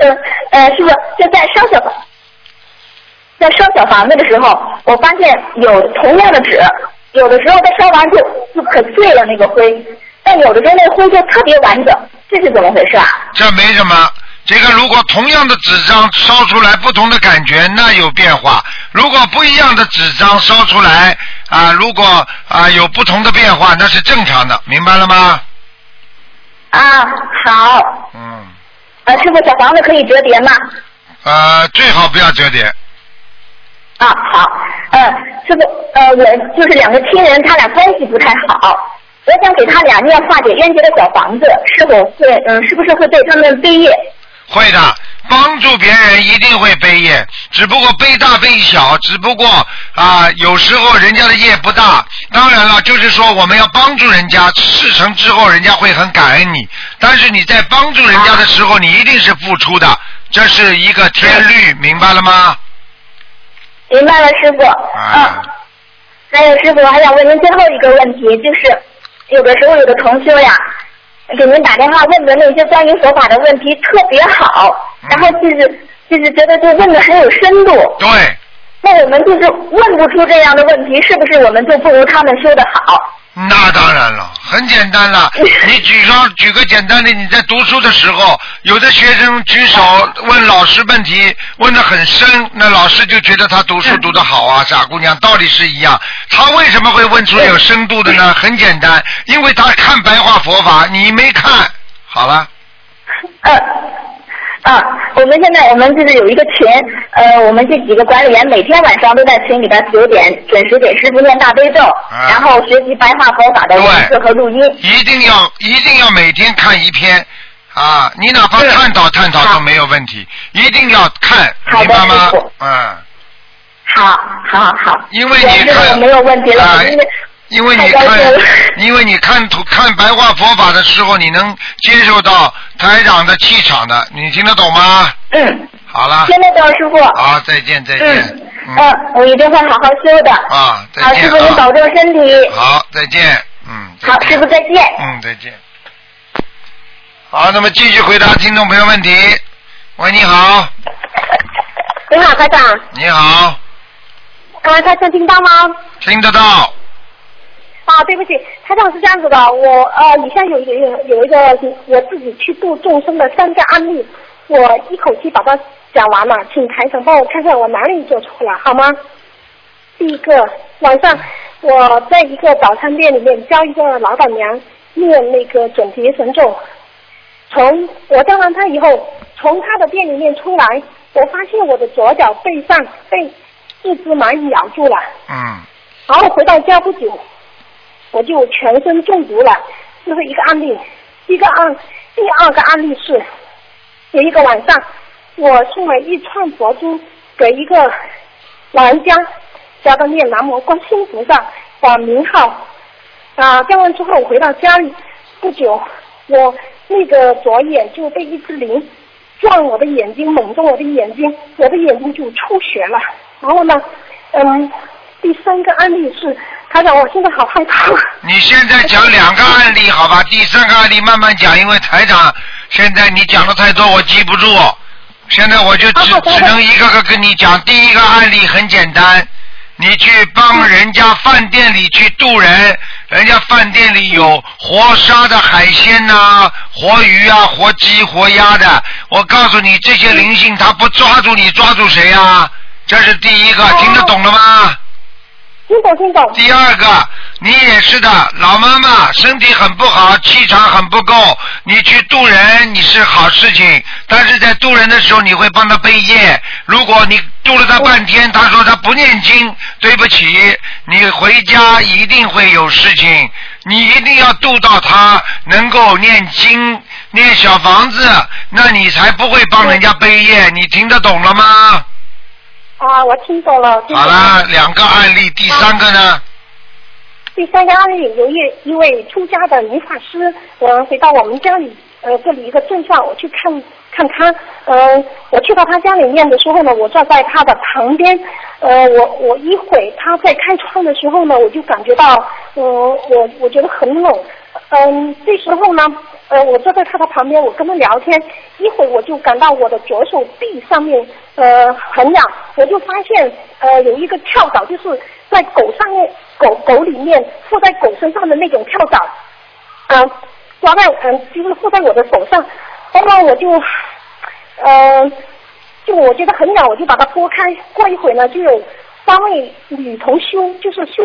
[SPEAKER 11] 嗯，呃，师傅，就在烧小房，
[SPEAKER 12] 在烧小房子的时候，我发现有同样的纸，有的时候它烧完就就可碎了那个灰，但有的时候那灰就特别完整，这是怎么回事啊？
[SPEAKER 2] 这没什么。这个如果同样的纸张烧出来不同的感觉，那有变化；如果不一样的纸张烧出来啊，如果啊有不同的变化，那是正常的，明白了吗？
[SPEAKER 12] 啊，好。
[SPEAKER 2] 嗯。
[SPEAKER 12] 呃，师傅，小房子可以折叠吗？
[SPEAKER 2] 呃，最好不要折叠。
[SPEAKER 12] 啊，好。嗯、呃，师傅，呃，我就是两个亲人，他俩关系不太好，我想给他俩念化解冤结的小房子，是否会，嗯，是不是会对他们背业？
[SPEAKER 2] 会的，帮助别人一定会背业，只不过背大背小，只不过啊、有时候人家的业不大。当然了，就是说我们要帮助人家，事成之后人家会很感恩你。但是你在帮助人家的时候，你一定是付出的，这是一个天律，明白了吗？
[SPEAKER 12] 明白了，师傅。
[SPEAKER 2] 啊，
[SPEAKER 12] 还有师傅，我还想问您最后一个问题，就是有的时候有的同修呀，给您打电话问的那些关于佛法的问题特别好，然后就是就是觉得就问的很有深度。
[SPEAKER 2] 对。
[SPEAKER 12] 那我们就是问不出这样的问题，是不是我们就不如他们修的好？
[SPEAKER 2] 那当然了，很简单了。你举上举个简单的，你在读书的时候，有的学生举手问老师问题，问得很深，那老师就觉得他读书读得好啊，傻姑娘，道理是一样。他为什么会问出有深度的呢？很简单，因为他看白话佛法，你没看，好了。
[SPEAKER 12] 呃啊，我们现在我们就是有一个群，呃，我们这几个管理员每天晚上都在群里边九点准时给师傅念大悲咒，
[SPEAKER 2] 啊
[SPEAKER 12] 然后学习白话佛法的文字和录音。
[SPEAKER 2] 一定要一定要每天看一篇啊！你哪怕探讨探讨都没有问题，一定要看，明白吗？嗯。
[SPEAKER 12] 好，好，好。
[SPEAKER 2] 因为你看
[SPEAKER 12] 没有问题了，
[SPEAKER 2] 啊
[SPEAKER 12] 因为
[SPEAKER 2] 因为你
[SPEAKER 12] 太高
[SPEAKER 2] 看
[SPEAKER 12] 兴了，
[SPEAKER 2] 因为你看图看白话佛法的时候，你能接受到台长的气场的，你听得懂吗？
[SPEAKER 12] 嗯。
[SPEAKER 2] 好了。
[SPEAKER 12] 听得懂师傅
[SPEAKER 2] 啊好，再见，再见。
[SPEAKER 12] 嗯、我一定会好好修的。
[SPEAKER 2] 啊，再
[SPEAKER 12] 好，
[SPEAKER 2] 见
[SPEAKER 12] 师傅您
[SPEAKER 2] 啊
[SPEAKER 12] 保重身体。
[SPEAKER 2] 好，再见。嗯，
[SPEAKER 12] 好，师傅再见。
[SPEAKER 2] 嗯，再见。好，那么继续回答听众朋友问题。喂，你好，
[SPEAKER 11] 你好，台长，
[SPEAKER 2] 你好，
[SPEAKER 11] 呃，台长听到吗？
[SPEAKER 2] 听得到。
[SPEAKER 11] 啊，对不起，台长是这样子的，我呃，以下有一个有有一个我自己去度众生的三个案例，我一口气把它讲完了，请台长帮我看看我哪里做错了，好吗？第一个晚上，我在一个早餐店里面教一个老板娘念那个准提神咒，从我教完她以后，从她的店里面出来，我发现我的左脚背上被一只蚂蚁咬住了。
[SPEAKER 2] 嗯。
[SPEAKER 11] 然后回到家不久，我就全身中毒了，这是一个案例。一个案，第二个案例是，有一个晚上，我送了一串佛珠给一个老人家，叫他念南无观世音菩萨的名号。啊，教完之后回到家里不久，我那个左眼就被一只灵撞我的眼睛，猛撞我的眼睛，我的眼睛就出血了。然后呢，嗯，第三个案例是，他讲我现在好啊害怕。
[SPEAKER 2] 你现在讲两个案例，好吧？第三个案例慢慢讲，因为台长现在你讲的太多，我记不住。现在我就只只能一个个跟你讲。第一个案例很简单，你去帮人家饭店里去渡人，人家饭店里有活杀的海鲜呐、活鱼啊、活鸡、活鸭的。我告诉你，这些灵性他不抓住你，抓住谁啊？这是第一个，听得懂了吗？
[SPEAKER 11] 听懂听懂。
[SPEAKER 2] 第二个，你也是的，老妈妈身体很不好，气场很不够，你去渡人你是好事情，但是在渡人的时候你会帮他背业。如果你渡了他半天，他说他不念经，对不起，你回家一定会有事情。你一定要渡到他能够念经、念小房子，那你才不会帮人家背业。你哦听得懂了吗？
[SPEAKER 11] 啊，我听懂了。听懂
[SPEAKER 2] 好啦，两个案例，第三个呢？
[SPEAKER 11] 第三个案例，有一一位出家的女法师，呃，回到我们家里，呃，这里一个镇上，我去看看她，呃，我去到她家里面的时候呢，我站在她的旁边，呃，我我一会她在开窗的时候呢，我就感觉到，呃，我我觉得很冷，嗯，这时候呢，呃，我坐在他的旁边，我跟他聊天，一会儿我就感到我的左手臂上面呃很痒，我就发现呃有一个跳蚤，就是在狗上面狗狗里面附在狗身上的那种跳蚤，嗯、抓在嗯、就是附在我的手上，后来我就呃就我觉得很痒，我就把它拨开，过一会儿呢就有三位女同修，就是修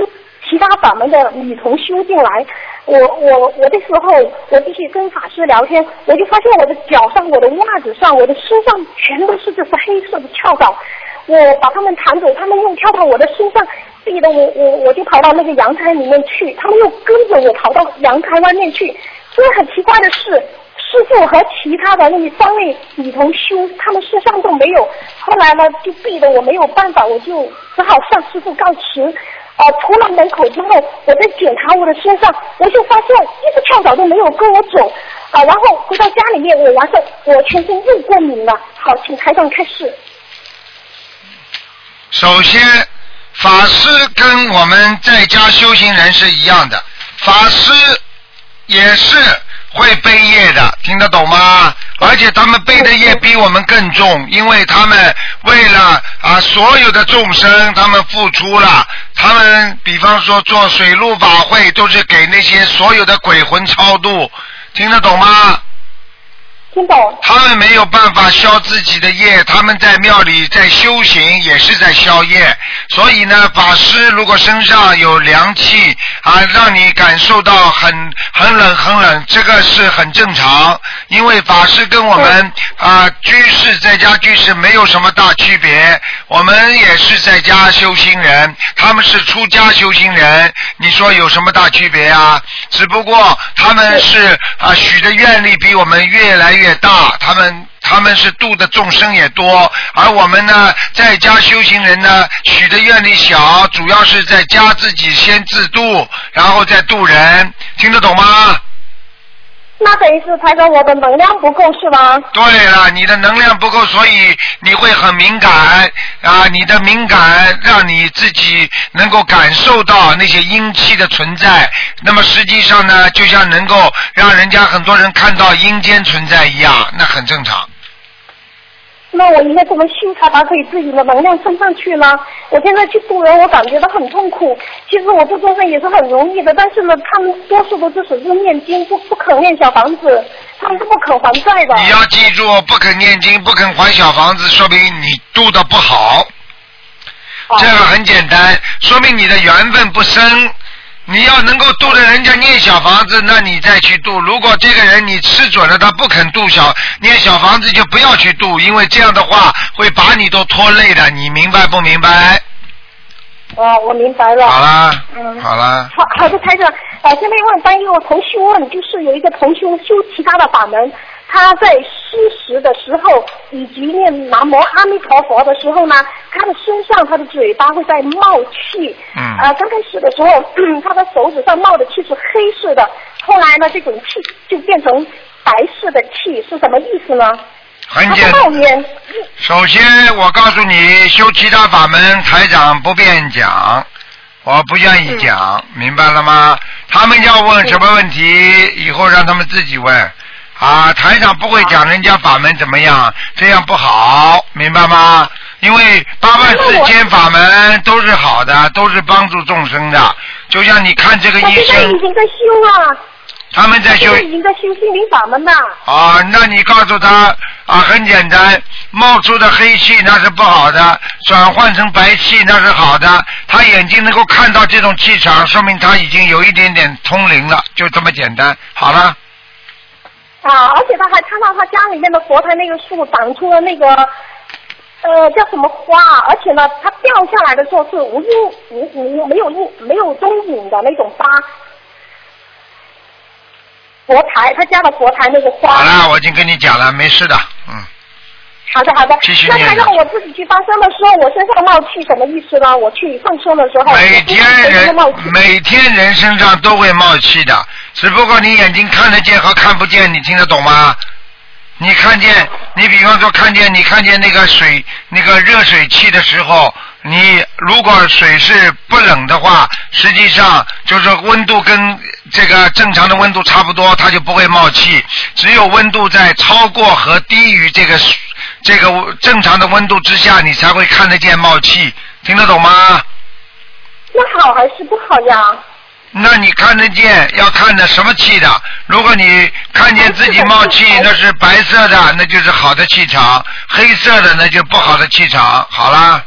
[SPEAKER 11] 其他法门的女同修进来。我我我的时候，我继续跟法师聊天，我就发现我的脚上、我的袜子上、我的身上全都是这是黑色的跳蚤。我把他们弹走，他们又跳到我的身上，逼得我我我就跑到那个阳台里面去，他们又跟着我跑到阳台外面去。所以很奇怪的是，师傅和其他的那三位女同修，他们身上都没有。后来呢，就逼得我没有办法，我就只好向师傅告辞。呃，出了门口之后，我在检查我的身上，我就发现一只跳蚤都没有跟我走。啊、然后回到家里面，我完事，我全身又过敏了。好，请台长开始。
[SPEAKER 2] 首先，法师跟我们在家修行人是一样的，法师也是会背业的，听得懂吗？而且他们背的业比我们更重，因为他们为了啊所有的众生，他们付出了。他们比方说做水陆法会，都是给那些所有的鬼魂超度，听得懂吗？
[SPEAKER 11] 听懂。
[SPEAKER 2] 他们没有办法消自己的业，他们在庙里在修行，也是在消业。所以呢，法师如果身上有凉气啊，让你感受到很很冷很冷，这个是很正常，因为法师跟我们啊居士在家居士没有什么大区别，我们也是在家修行人，他们是出家修行人，你说有什么大区别啊？只不过他们是啊许的愿力比我们越来越大，他们他们是度的众生也多，而我们呢在家修行人呢许的愿力小，主要是在家自己先自度，然后再度人，听得懂吗？
[SPEAKER 11] 那等于是台长，我的能量不够是吧？
[SPEAKER 2] 对了，你的能量不够，所以你会很敏感啊！你的敏感让你自己能够感受到那些阴气的存在。那么实际上呢，就像能够让人家很多人看到阴间存在一样，那很正常。
[SPEAKER 11] 那我应该怎么修才把可以自己的能量升上去呢？我现在去渡人，我感觉到很痛苦。其实我做众生也是很容易的，但是呢，他们多数都是只是念经，不不肯念小房子，他们是不肯还债的。
[SPEAKER 2] 你要记住，不肯念经，不肯还小房子，说明你度的不好。这个很简单，说明你的缘分不深。你要能够度着人家念小房子，那你再去度。如果这个人你吃准了，他不肯度小念小房子，就不要去度，因为这样的话会把你都拖累的。你明白不明白？
[SPEAKER 11] 哦，我明白了。
[SPEAKER 2] 好啦，
[SPEAKER 11] 嗯，
[SPEAKER 2] 好啦。
[SPEAKER 11] 好好的，台长，呃，下面问帮一个同修问，就是有一个同修修其他的法门，他在施食的时候，以及念南无阿弥陀佛的时候呢，他的身上、他的嘴巴会在冒气。
[SPEAKER 2] 嗯
[SPEAKER 11] 呃，刚开始的时候， 他的手指上冒的气是黑色的，后来呢，这种气就变成白色的气，是什么意思呢？
[SPEAKER 2] 很
[SPEAKER 11] 他
[SPEAKER 2] 简
[SPEAKER 11] 在
[SPEAKER 2] 单
[SPEAKER 11] 抱。怨，
[SPEAKER 2] 首先，我告诉你，修其他法门，台长不便讲，我不愿意讲，明白了吗？他们要问什么问题，以后让他们自己问。啊，台长不会讲人家法门怎么样，这样不好，明白吗？因为八万四千法门都是好的，都是帮助众生的。就像你看这个
[SPEAKER 11] 他
[SPEAKER 2] 医
[SPEAKER 11] 现在已
[SPEAKER 2] 生，
[SPEAKER 11] 经在修了，
[SPEAKER 2] 他们在
[SPEAKER 11] 他现
[SPEAKER 2] 修
[SPEAKER 11] 在已经在修心灵法门了。
[SPEAKER 2] 啊，那你告诉他啊，很简单，冒出的黑气那是不好的，转换成白气那是好的。他眼睛能够看到这种气场，说明他已经有一点点通灵了，就这么简单。好了，
[SPEAKER 11] 啊，而且他还看到他家里面的佛台那个树长出了那个，呃，叫什么花啊？而且呢，它掉下来的时候是无影无无没有影没有踪影的那种花。佛台，他家的佛台那个花。
[SPEAKER 2] 好了，我已经跟你讲了，没事的，嗯。
[SPEAKER 11] 好的好的
[SPEAKER 2] 继续，
[SPEAKER 11] 那
[SPEAKER 2] 念
[SPEAKER 11] 他让我自己去发生的时候，我身上冒气什么意思呢？我去放生的时候，
[SPEAKER 2] 每天人每天人身上都会冒气的，只不过你眼睛看得见和看不见，你听得懂吗？你看见，你比方说看见你看见那个水那个热水器的时候，你如果水是不冷的话，实际上就是温度跟这个正常的温度差不多，它就不会冒气。只有温度在超过和低于这个这个正常的温度之下，你才会看得见冒气。听得懂吗？
[SPEAKER 11] 那好还是不好呀？
[SPEAKER 2] 那你看得见，要看的什么气的？如果你看见自己冒气，那 是白色的，那就是好的气场；黑色的，那就不好的气场。好啦，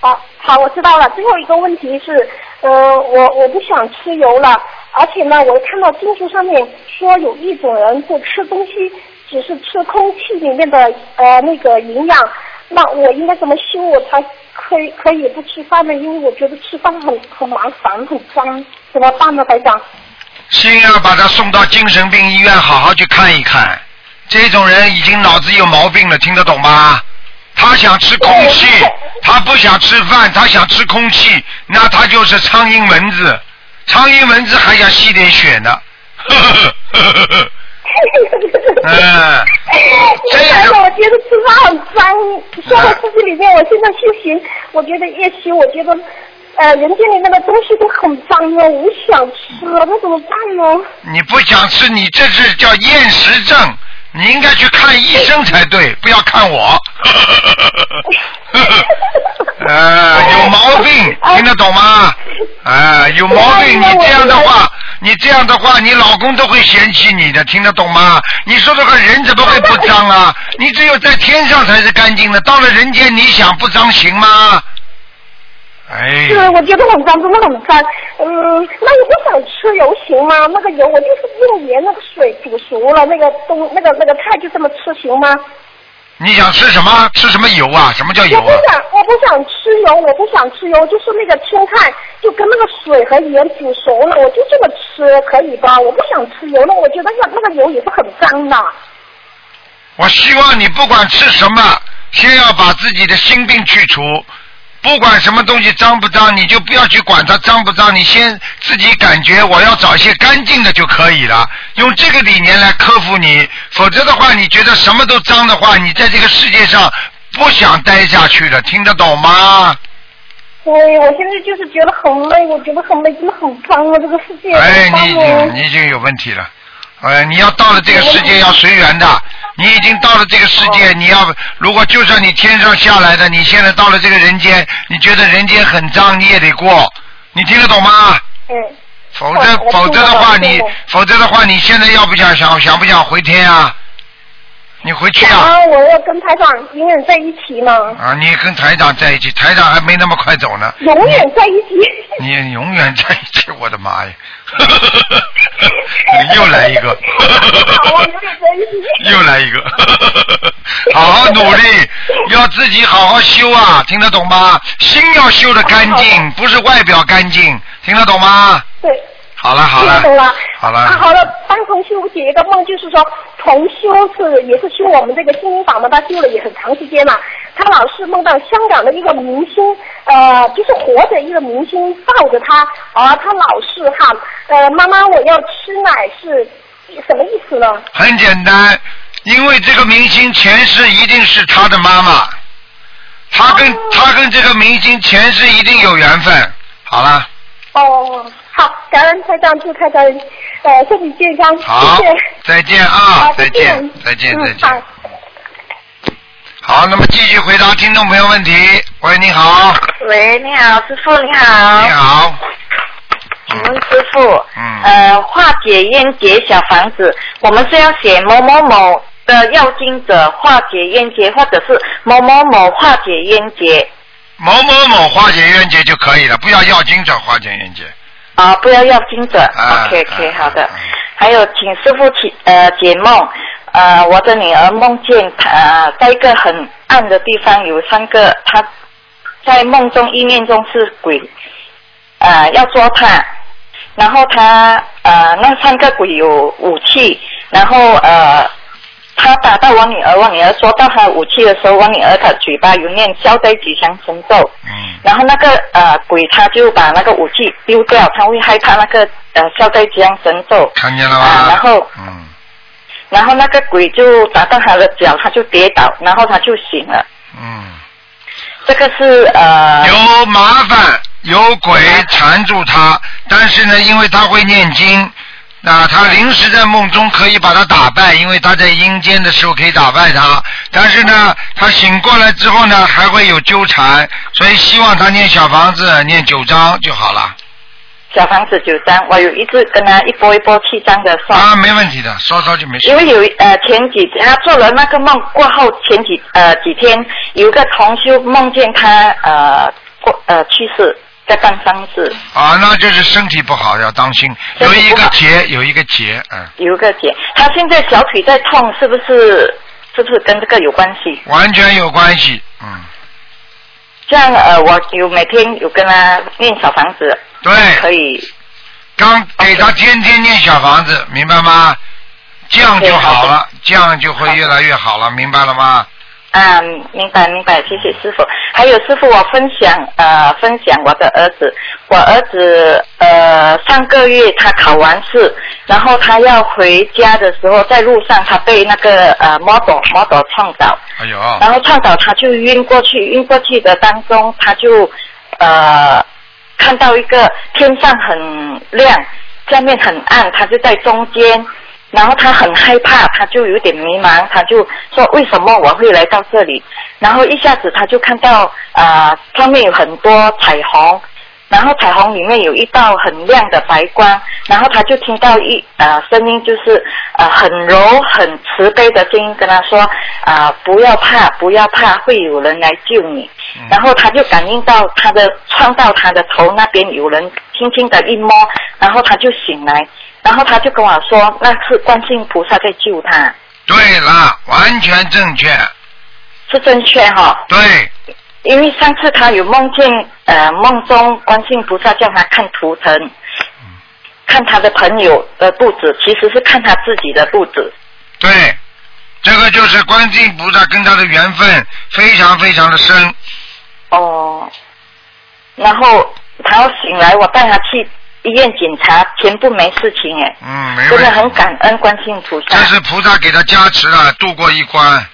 [SPEAKER 11] 好，哦好，我知道了。最后一个问题是，呃，我我不想吃油了，而且呢，我看到经书上面说有一种人不吃东西，只是吃空气里面的呃那个营养。那我应该怎么修我才可以可以不吃饭呢？因为我觉得吃饭很很麻烦，很脏，怎么办呢，台长？
[SPEAKER 2] 先要啊把他送到精神病医院，好好去看一看。这种人已经脑子有毛病了，听得懂吗？他想吃空 气，他不想吃饭，他想吃空气，那他就是苍蝇蚊子。苍蝇蚊子还想吸点血呢。 呵呵呵呵呵。嗯，
[SPEAKER 11] 因为台长，我觉得吃饭很脏。说到自己里面，我现在修行，我觉得越修，我觉得呃，人间里面的东西都很脏了，我不想吃了，那怎么办呢？
[SPEAKER 2] 你不想吃，你这是叫厌食症，你应该去看医生才对，不要看我。 呃，有毛病，听得懂吗？啊，有毛病！你这样的话，你这样的话，你老公都会嫌弃你的，听得懂吗？你说这个人怎么会不脏啊？你只有在天上才是干净的，到了人间你想不脏行吗？哎
[SPEAKER 11] 是，，我觉得很脏，真的很脏。嗯，那我不想吃油行吗？那个油我就是用盐那个水煮熟了，那个东那个那个菜就这么吃行吗？
[SPEAKER 2] 你想吃什么？吃什么油啊？什么叫油
[SPEAKER 11] 我不
[SPEAKER 2] 啊？
[SPEAKER 11] 想，我不想吃油，我不想吃油，就是那个青菜，就跟那个水和盐煮熟了，我就这么吃可以吧？我不想吃油，那我觉得那那个油也是很脏的。
[SPEAKER 2] 我希望你不管吃什么，先要把自己的心病去除。不管什么东西脏不脏，你就不要去管它脏不脏，你先自己感觉我要找一些干净的就可以了。用这个理念来克服你，否则的话，你觉得什么都脏的话，你在这个世界上不想待下去了，听得懂吗？
[SPEAKER 11] 对，我现在就是觉得很累，我觉得很累，真的很脏啊，这个世界。
[SPEAKER 2] 哎，
[SPEAKER 11] 很脏
[SPEAKER 2] 你已
[SPEAKER 11] 哦
[SPEAKER 2] 经你已经有问题了。哎，你要到了这个世界要随缘的。你已经到了这个世
[SPEAKER 11] 哦
[SPEAKER 2] 界，你要如果就算你天上下来的，你现在到了这个人间，你觉得人间很脏，你也得过。你听得懂吗？
[SPEAKER 11] 嗯。
[SPEAKER 2] 否则
[SPEAKER 11] 我我
[SPEAKER 2] 否则的话，
[SPEAKER 11] 听得懂
[SPEAKER 2] 你
[SPEAKER 11] 听得懂
[SPEAKER 2] 否则的话，你现在要不想想想不想回天啊？你回去啊！
[SPEAKER 11] 啊，我要跟台长永远在一 起嘛，
[SPEAKER 2] 啊，你跟台长在一起，台长还没那么快走呢。
[SPEAKER 11] 永远在一 起。
[SPEAKER 2] 你永远在 一起，我的妈 呀！又来一个， 又来一个，好好努力，要自己好好修啊，听得懂吗？心要修的干净，不是外表干净，听得懂吗？
[SPEAKER 11] 对，
[SPEAKER 2] 好了好
[SPEAKER 11] 听得懂
[SPEAKER 2] 了
[SPEAKER 11] 了，
[SPEAKER 2] 好
[SPEAKER 11] 啊，
[SPEAKER 2] 了，
[SPEAKER 11] 好了，帮同修解一个梦，就是说同修是也是修我们这个心灵法门，他修了也很长时间了。他老是梦到香港的一个明星，呃，就是活着一个明星抱着他，而他老是喊，呃，妈妈我要吃奶是什么意思呢？
[SPEAKER 2] 很简单，因为这个明星前世一定是他的妈妈，他
[SPEAKER 11] 哦
[SPEAKER 2] 跟他跟这个明星前世一定有缘分。好了，
[SPEAKER 11] 哦，好，感恩台长，祝台长呃身体健康，
[SPEAKER 2] 好
[SPEAKER 11] 谢谢。，
[SPEAKER 2] 再见啊
[SPEAKER 11] 好，
[SPEAKER 2] 再
[SPEAKER 11] 再
[SPEAKER 2] 见
[SPEAKER 11] 见，
[SPEAKER 2] 再见，
[SPEAKER 11] 嗯
[SPEAKER 2] 再见。
[SPEAKER 11] 好
[SPEAKER 2] 好，那么继续回答听众朋友问题。喂，你好，
[SPEAKER 7] 喂，你好，师傅，你好。
[SPEAKER 2] 你好，
[SPEAKER 7] 请问师傅，
[SPEAKER 2] 嗯
[SPEAKER 7] 呃，化解冤结小房子，我们是要写某某某的要经者化解冤结，或者是某某某化解冤结
[SPEAKER 2] 某某某化解冤结就可以了，不要要经者化解冤结。
[SPEAKER 7] 啊、不要要经者。
[SPEAKER 2] 啊
[SPEAKER 7] OK OK，好的。还有，请师傅起呃解梦，呃，我的女儿梦见呃在一个很暗的地方有三个，她在梦中意念中是鬼，呃要捉她，然后她呃那三个鬼有武器，然后呃他打到我女儿，我女儿说到他武器的时候，我女儿她嘴巴有念消灾吉祥神咒。
[SPEAKER 2] 嗯。
[SPEAKER 7] 然后那个呃鬼他就把那个武器丢掉，他会害怕那个呃消灾吉祥神咒。
[SPEAKER 2] 看见了
[SPEAKER 7] 啊，然
[SPEAKER 2] 吗？
[SPEAKER 7] 后
[SPEAKER 2] 嗯，
[SPEAKER 7] 然后那个鬼就打到他的脚，他就跌倒，然后他就醒了。
[SPEAKER 2] 嗯。
[SPEAKER 7] 这个是呃。
[SPEAKER 2] 有麻烦，有鬼缠住他，但是呢，因为他会念经，那他临时在梦中可以把他打败，因为他在阴间的时候可以打败他。但是呢，他醒过来之后呢，还会有纠缠，所以希望他念小房子，念九章就好了。
[SPEAKER 7] 小房子九张，我有一次跟他一波一波七张的算。
[SPEAKER 2] 啊，没问题的，稍稍就没事。
[SPEAKER 7] 因为有呃前几他做了那个梦过后前几呃几天有一个同修梦见他呃过呃去世在办丧事，
[SPEAKER 2] 啊，那就是身体不好，要当心。有一个结，有一个结，嗯，
[SPEAKER 7] 有一个姐，他现在小腿在痛，是不是是不是跟这个有关系？
[SPEAKER 2] 完全有关系，嗯。
[SPEAKER 7] 这样呃我有每天有跟他念小房子，
[SPEAKER 2] 对，
[SPEAKER 7] 可以
[SPEAKER 2] 刚给他天天念小房子，明白吗？这样就好了，这样就会越来越好了，明白了吗？
[SPEAKER 7] 啊，明白明白，谢谢师傅。还有师傅，我分享呃分享我的儿子，我儿子呃上个月他考完试，然后他要回家的时候，在路上他被那个呃 model model 撞倒，
[SPEAKER 2] 哎呦，
[SPEAKER 7] 然后撞倒他就晕过去，晕过去的当中他就呃看到一个天上很亮，下面很暗，他就在中间。然后他很害怕，他就有点迷茫，他就说为什么我会来到这里？然后一下子他就看到啊、呃上面有很多彩虹，然后彩虹里面有一道很亮的白光，然后他就听到一呃声音，就是呃很柔很慈悲的声音跟他说啊、不要怕不要怕，会有人来救你。然后他就感应到他的撞到他的头那边有人轻轻的一摸，然后他就醒来，然后他就跟我说那是观世音菩萨在救他，
[SPEAKER 2] 对了，完全正确，
[SPEAKER 7] 是正确哈、
[SPEAKER 2] 对，
[SPEAKER 7] 因为上次他有梦见，呃，梦中观世音菩萨叫他看图腾，看他的朋友的肚子，其实是看他自己的肚子。
[SPEAKER 2] 对，这个就是观世音菩萨跟他的缘分非常非常的深。
[SPEAKER 7] 哦，然后他醒来，我带他去医院检查，全部没事情哎，
[SPEAKER 2] 嗯，没
[SPEAKER 7] 真
[SPEAKER 2] 问
[SPEAKER 7] 的
[SPEAKER 2] 题。
[SPEAKER 7] 很感恩观世音菩萨
[SPEAKER 2] 这。是菩萨给他加持了，渡过一关。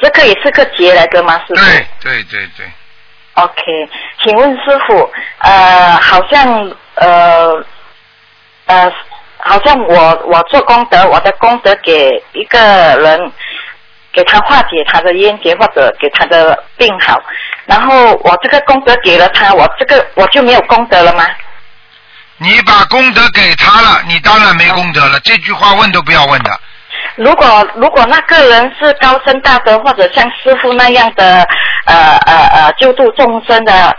[SPEAKER 7] 这个也是个劫来的吗，师傅？
[SPEAKER 2] 对对对对，
[SPEAKER 7] OK，请问师傅，呃，好像呃呃，好像我我做功德，我的功德给一个人，给他化解他的冤结或者给他的病好，然后我这个功德给了他，我这个我就没有功德了吗？
[SPEAKER 2] 你把功德给他了，你当然没功德了。这句话问都不要问的。
[SPEAKER 7] 如果如果那个人是高深大德或者像师傅那样的呃呃呃救度众生的，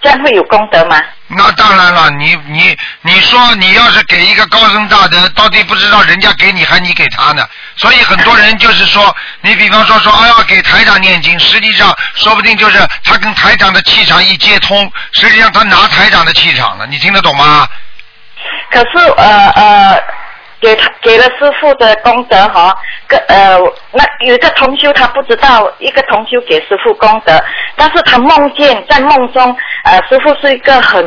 [SPEAKER 7] 这样会有功德吗？
[SPEAKER 2] 那当然了，你你你说你要是给一个高僧大德，到底不知道人家给你还你给他呢。所以很多人就是说，你比方说说，哎呀给台长念经，实际上说不定就是他跟台长的气场一接通，实际上他拿台长的气场了，你听得懂吗？
[SPEAKER 7] 可是呃呃，给他给了师傅的功德哈、跟呃那有一个同修他不知道，一个同修给师傅功德，但是他梦见在梦中，呃师傅是一个很。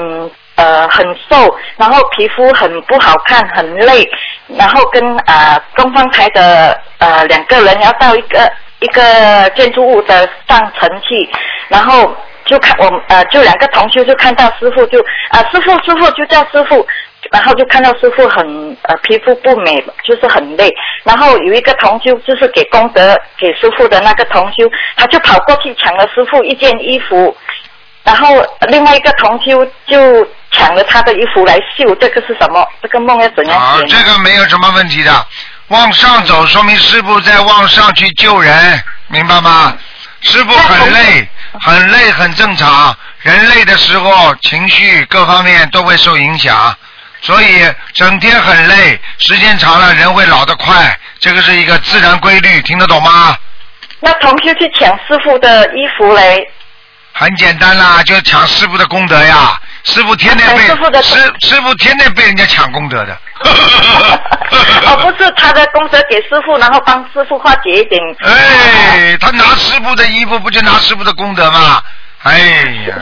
[SPEAKER 7] 呃，很瘦，然后皮肤很不好看，很累，然后跟呃东方台的呃两个人要到一个一个建筑物的上层去，然后就看我们呃，就两个同修就看到师傅就啊、师傅师傅就叫师傅，然后就看到师傅很呃皮肤不美，就是很累。然后有一个同修就是给功德给师傅的那个同修，他就跑过去抢了师傅一件衣服，然后另外一个同修就抢了他的衣服来绣，这个是什么？这个梦要怎样
[SPEAKER 2] 啊
[SPEAKER 7] 解，呢？
[SPEAKER 2] 这个没有什么问题的。往上
[SPEAKER 7] 嗯
[SPEAKER 2] 走，说明师傅在往上去救人，明白
[SPEAKER 7] 嗯
[SPEAKER 2] 吗？师傅很累，很累，很正常。人累的时候，情绪各方面都会受影响，所以整天很累，时间长了人会老得快，这个是一个自然规律，听得懂吗？
[SPEAKER 7] 那同修去抢师傅的衣 服嘞，
[SPEAKER 2] 很简单啦，就抢师傅的功德呀。师傅天天被师师傅天天被人家抢功德的，
[SPEAKER 7] 哦，不是他的功德给师傅，然后帮师傅化解一点。
[SPEAKER 2] 哎，他拿师傅的衣服，不就拿师傅的功德吗？哎呀，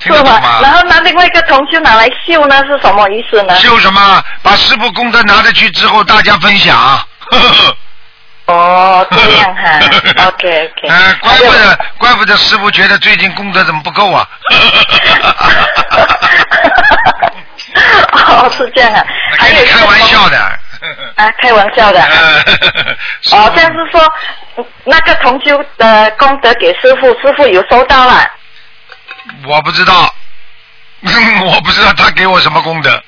[SPEAKER 7] 是
[SPEAKER 2] 听得懂
[SPEAKER 7] 吗？然
[SPEAKER 2] 吗？
[SPEAKER 7] 后拿另外一个同修拿来绣呢，是什么意思呢？
[SPEAKER 2] 修什么？把师傅功德拿着去之后，大家分享。呵呵
[SPEAKER 7] 哦，这哎 样 哈，OK OK。
[SPEAKER 2] 呃，怪不得，怪不得师傅觉得最近功德怎么不够啊？
[SPEAKER 7] 哦哦，是这样啊。还有开玩笑
[SPEAKER 2] 的。
[SPEAKER 7] 啊，开玩笑的。
[SPEAKER 2] 哎
[SPEAKER 7] 哦，这样是说嗯那个同修的功德给师傅，师傅有收到啊了。
[SPEAKER 2] 我不知道， 我不知道他给我什么功德。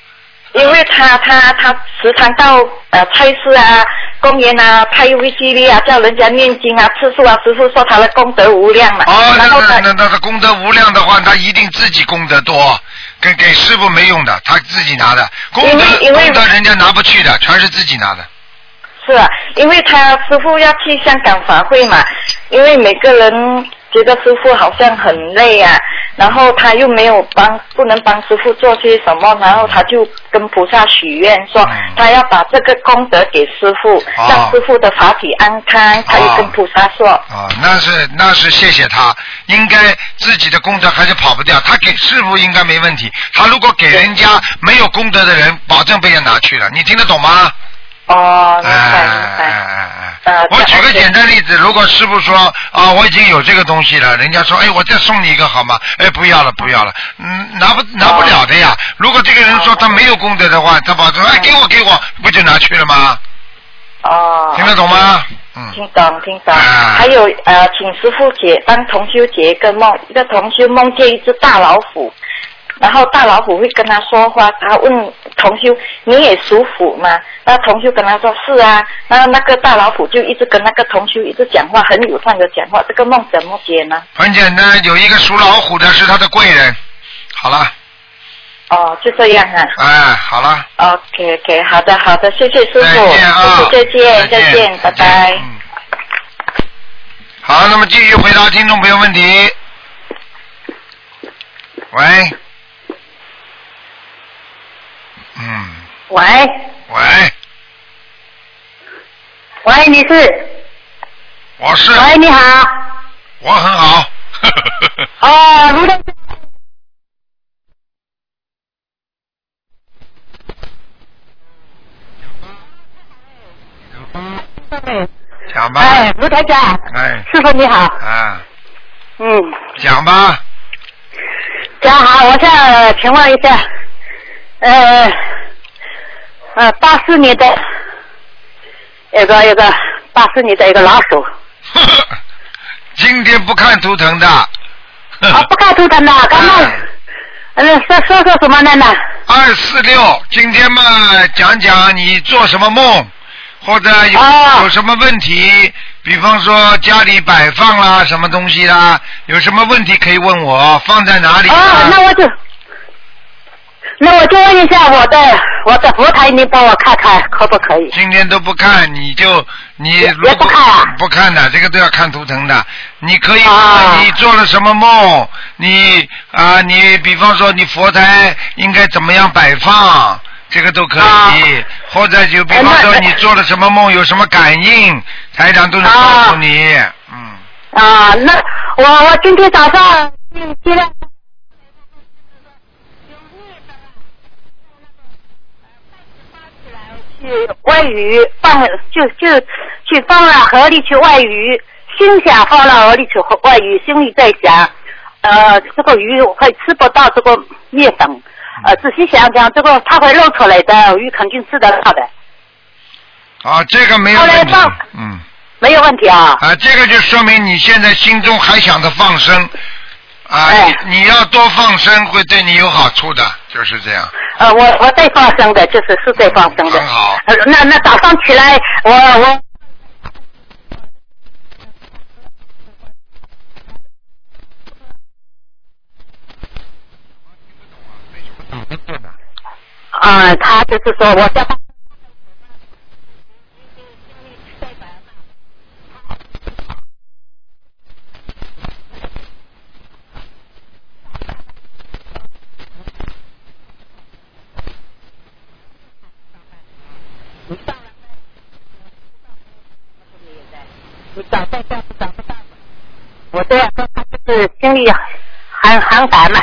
[SPEAKER 7] 因为他他他时常到呃菜市啊、公园啊拍 VCD 啊，叫人家念经啊、吃素啊，师傅说他的功德无量嘛。
[SPEAKER 2] 哦，那那那那他功德无量的话，他一定自己功德多，给给师傅没用的，他自己拿的功德
[SPEAKER 7] 因为因为
[SPEAKER 2] 功德人家拿不去的，全是自己拿的。
[SPEAKER 7] 是啊，因为他师傅要去香港法会嘛，因为每个人觉得师傅好像很累啊，然后他又没有帮，不能帮师傅做些什么，然后他就跟菩萨许愿说，
[SPEAKER 2] 嗯
[SPEAKER 7] 他要把这个功德给师傅，
[SPEAKER 2] 哦
[SPEAKER 7] 让师傅的法体安康。他又跟菩萨说，
[SPEAKER 2] 啊、那是那是谢谢他，应该自己的功德还是跑不掉，他给师傅应该没问题，他如果给人家没有功德的人，保证被人拿去了，你听得懂吗？
[SPEAKER 7] 哦，
[SPEAKER 2] 啊明白呃明白。哎我举个简单例子，如果师傅说啊，我已经有这个东西了，人家说，哎，我再送你一个好吗？哎，不要了，不要了，嗯，拿不拿不了的呀。如果这个人说他没有功德的话，他保证哎，给我给我，不就拿去了吗？
[SPEAKER 7] 哦，
[SPEAKER 2] 听得懂吗？嗯
[SPEAKER 7] 听懂听
[SPEAKER 2] 啊
[SPEAKER 7] 懂。还有呃，请师傅解帮同修解一个梦，一个同修梦见一只大老虎，然后大老虎会跟他说话，他问同修你也属虎吗？那同修跟他说是啊，那那个大老虎就一直跟那个同修一直讲话，很友善的讲话，这个梦怎么解呢？
[SPEAKER 2] 很简单，有一个属老虎的是他的贵人。好了，
[SPEAKER 7] 哦，就这样啊。
[SPEAKER 2] 哎，好了，
[SPEAKER 7] OK OK，好的好的，谢谢师傅，
[SPEAKER 2] 再见啊
[SPEAKER 7] 师傅再
[SPEAKER 2] 再见嗯
[SPEAKER 7] 见再见，拜拜。
[SPEAKER 2] 好，那么继续回答听众朋友问题。喂，嗯，
[SPEAKER 13] 喂
[SPEAKER 2] 喂，
[SPEAKER 13] 喂，你是？
[SPEAKER 2] 我是。
[SPEAKER 13] 喂，你好。
[SPEAKER 2] 我很好。
[SPEAKER 13] 哦，卢总。
[SPEAKER 2] 讲吧。
[SPEAKER 13] 哎，卢台长，
[SPEAKER 2] 哎，
[SPEAKER 13] 师傅你好，
[SPEAKER 2] 啊，
[SPEAKER 13] 嗯，
[SPEAKER 2] 讲吧。
[SPEAKER 13] 讲好，我想请问一下，呃，呃，八四年的一个一个八四年的一个老鼠，
[SPEAKER 2] 今天不看图腾的。 哎
[SPEAKER 13] 啊，不看图腾的，刚刚，呃，说说说什么呢呢？
[SPEAKER 2] 二四六，今天嘛，讲讲你做什么梦，或者有、
[SPEAKER 13] 啊
[SPEAKER 2] 有什么问题，比方说家里摆放啦，什么东西啦，有什么问题可以问我，放在哪里啊？
[SPEAKER 13] 啊，那我就，那我就问一下我的我的佛台，你帮我看看可不可以？
[SPEAKER 2] 今天都不看，你就你如果不看啊的，这个都要看图腾的。你可以看你做了什么梦，你啊、你比方说你佛台应该怎么样摆放，这个都可以。或者就比方说你做了什么梦，有什么感应，台长都能告诉你。嗯
[SPEAKER 13] 啊，那我我今天早上嗯接了。去外语放就就去放了河里去外语，心想放了河里去外语，心里在想，呃，这个鱼我会吃不到这个面粉，呃，仔细想想，这个它会露出来的，鱼肯定吃得到的，
[SPEAKER 2] 啊，这个没有问题。嗯。
[SPEAKER 13] 没有问题啊。
[SPEAKER 2] 啊，这个就说明你现在心中还想着放生，啊，你你要多放生会对你有好处的，就是这样。
[SPEAKER 13] 呃，我我在放生的，就是是在放生的。很
[SPEAKER 2] 好。
[SPEAKER 13] 那那早上起来，我我。啊、他就是说，我叫他你找对象找不到我，我这样说他就是心里很很烦嘛，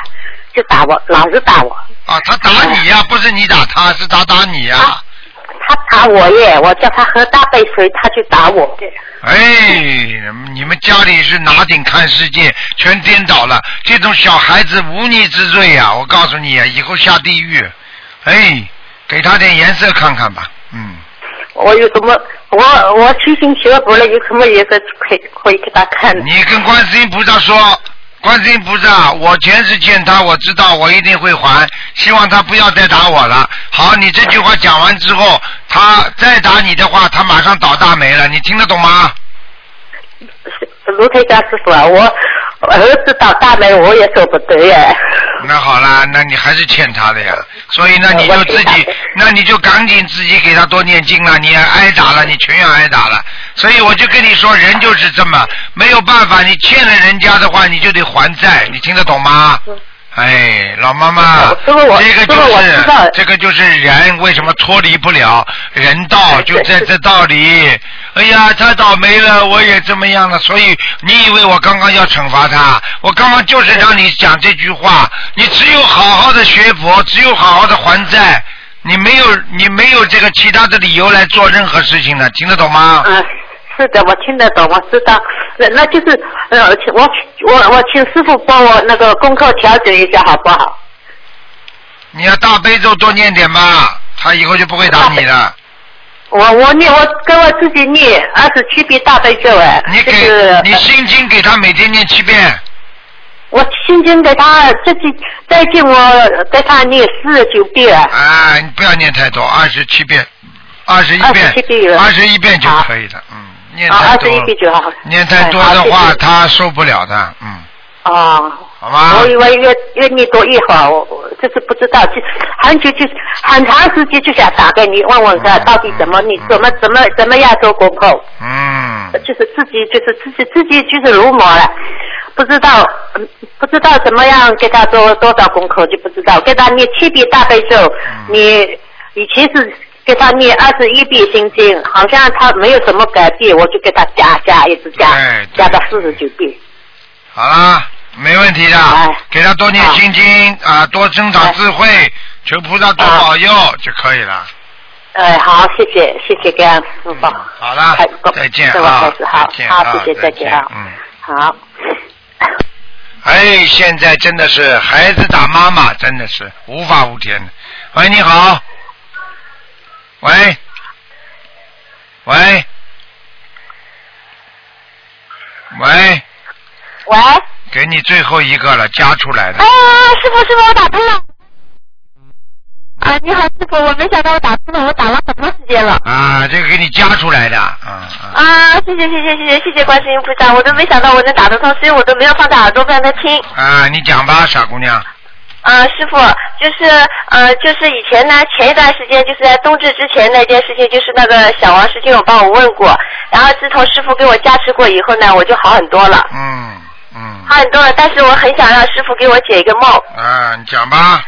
[SPEAKER 13] 就打我，老是打我，
[SPEAKER 2] 啊，他打你呀、不是你打他，是他打你呀、
[SPEAKER 13] 他打我耶，我叫他喝大杯水，他就打我。
[SPEAKER 2] 哎，你们家里是拿顶看世界，全颠倒了。这种小孩子无逆之罪呀、我告诉你、啊，以后下地狱。哎，给他点颜色看看吧，嗯，
[SPEAKER 7] 我有什么？我我修行学佛了，有什么颜色可以可以给他看？
[SPEAKER 2] 你跟观世音菩萨说，观世音菩萨，我前世欠他，我知道我一定会还，希望他不要再打我了。好，你这句话讲完之后，他再打你的话，他马上倒大霉了，你听得懂吗？
[SPEAKER 7] 卢台长师傅啊，我我儿子倒大霉，我也舍不得呀。
[SPEAKER 2] 那好啦，那你还是欠他的呀，所以呢，你就自己，那你就赶紧自己给他多念经了，你也挨打了，你全员挨打了，所以我就跟你说，人就是这么没有办法，你欠了人家的话，你就得还债，你听得懂吗？哎，老妈妈，这个就是这个就是人为什么脱离不了人道，就在这道理。哎呀，他倒霉了，我也这么样了，所以你以为我刚刚要惩罚他？我刚刚就是让你讲这句话，你只有好好的学佛，只有好好的还债，你没有你没有这个其他的理由来做任何事情的，听得懂吗？
[SPEAKER 7] 嗯，是的，我听得懂，我知道，那那就是呃，请我我我请师傅帮我那个功课调整一下，好不好？
[SPEAKER 2] 你要大悲咒多念点吧，他以后就不会打你了。
[SPEAKER 7] 我我念我跟我自己念二十七遍大悲咒哎，
[SPEAKER 2] 你给、你心经给他每天念七遍，
[SPEAKER 7] 我心经给他自己再进我给他念四十九遍，
[SPEAKER 2] 哎，你不要念太多，二十七遍，二十一
[SPEAKER 7] 27遍
[SPEAKER 2] 遍，二十一遍就可以了，嗯，念太
[SPEAKER 7] 啊二
[SPEAKER 2] 多
[SPEAKER 7] 十一遍就哎好。
[SPEAKER 2] 念太多的话他受不了的，嗯，
[SPEAKER 7] 哦，
[SPEAKER 2] 好吗
[SPEAKER 7] 我？以为越越念多越好，我我就是不知道，就很久就是很长时间就想打给你问问看到底怎么，你怎么怎么怎么样做功课，
[SPEAKER 2] 嗯，
[SPEAKER 7] 就是自己就是自己自己就是如魔了，不知道嗯不知道怎么样给他做多少功课就不知道，给他念七遍大悲咒，你以前是给他念二十一遍心经，好像他没有什么改变，我就给他加加一直加
[SPEAKER 2] 哎对
[SPEAKER 7] 加到四十九遍。
[SPEAKER 2] 好啦，没问题
[SPEAKER 7] 哎
[SPEAKER 2] 的，给他多念心经啊，多增长智慧，求菩萨多保佑就可以了。
[SPEAKER 7] 哎，
[SPEAKER 13] 呃
[SPEAKER 7] 好，谢谢，谢谢感恩师傅。
[SPEAKER 2] 好了，
[SPEAKER 7] 哎
[SPEAKER 2] 再见
[SPEAKER 7] 这我
[SPEAKER 2] 啊
[SPEAKER 7] 开始，好
[SPEAKER 2] 再见
[SPEAKER 7] 好
[SPEAKER 2] 啊
[SPEAKER 7] 谢谢
[SPEAKER 2] 再
[SPEAKER 7] 再见啊
[SPEAKER 2] 嗯。
[SPEAKER 7] 好，
[SPEAKER 2] 哎，现在真的是孩子打妈妈，真的是无法无天的。喂，你好。喂，喂，喂，
[SPEAKER 3] 喂，啊，
[SPEAKER 2] 给你最后一个了，加出
[SPEAKER 7] 哎
[SPEAKER 2] 来的。
[SPEAKER 3] 哎师傅，师傅，我打通了。啊，你好，师傅，我没想到我打通了，我打了很长时间了。
[SPEAKER 2] 啊，这个给你加出来的，啊啊，
[SPEAKER 3] 啊，谢谢，谢谢，谢谢，谢谢观世音菩萨，我都没想到我能打得通，所以我都没有放在耳朵不让他听。
[SPEAKER 2] 啊，你讲吧，傻姑娘。
[SPEAKER 3] 啊，师傅，就是呃，就是以前呢，前一段时间就是在冬至之前那件事情，就是那个小王师兄有帮我问过，然后自从师傅给我加持过以后呢，我就好很多了，
[SPEAKER 2] 嗯
[SPEAKER 3] 好很多了。但是我很想让师傅给我解一个梦，
[SPEAKER 2] 啊，你讲吧。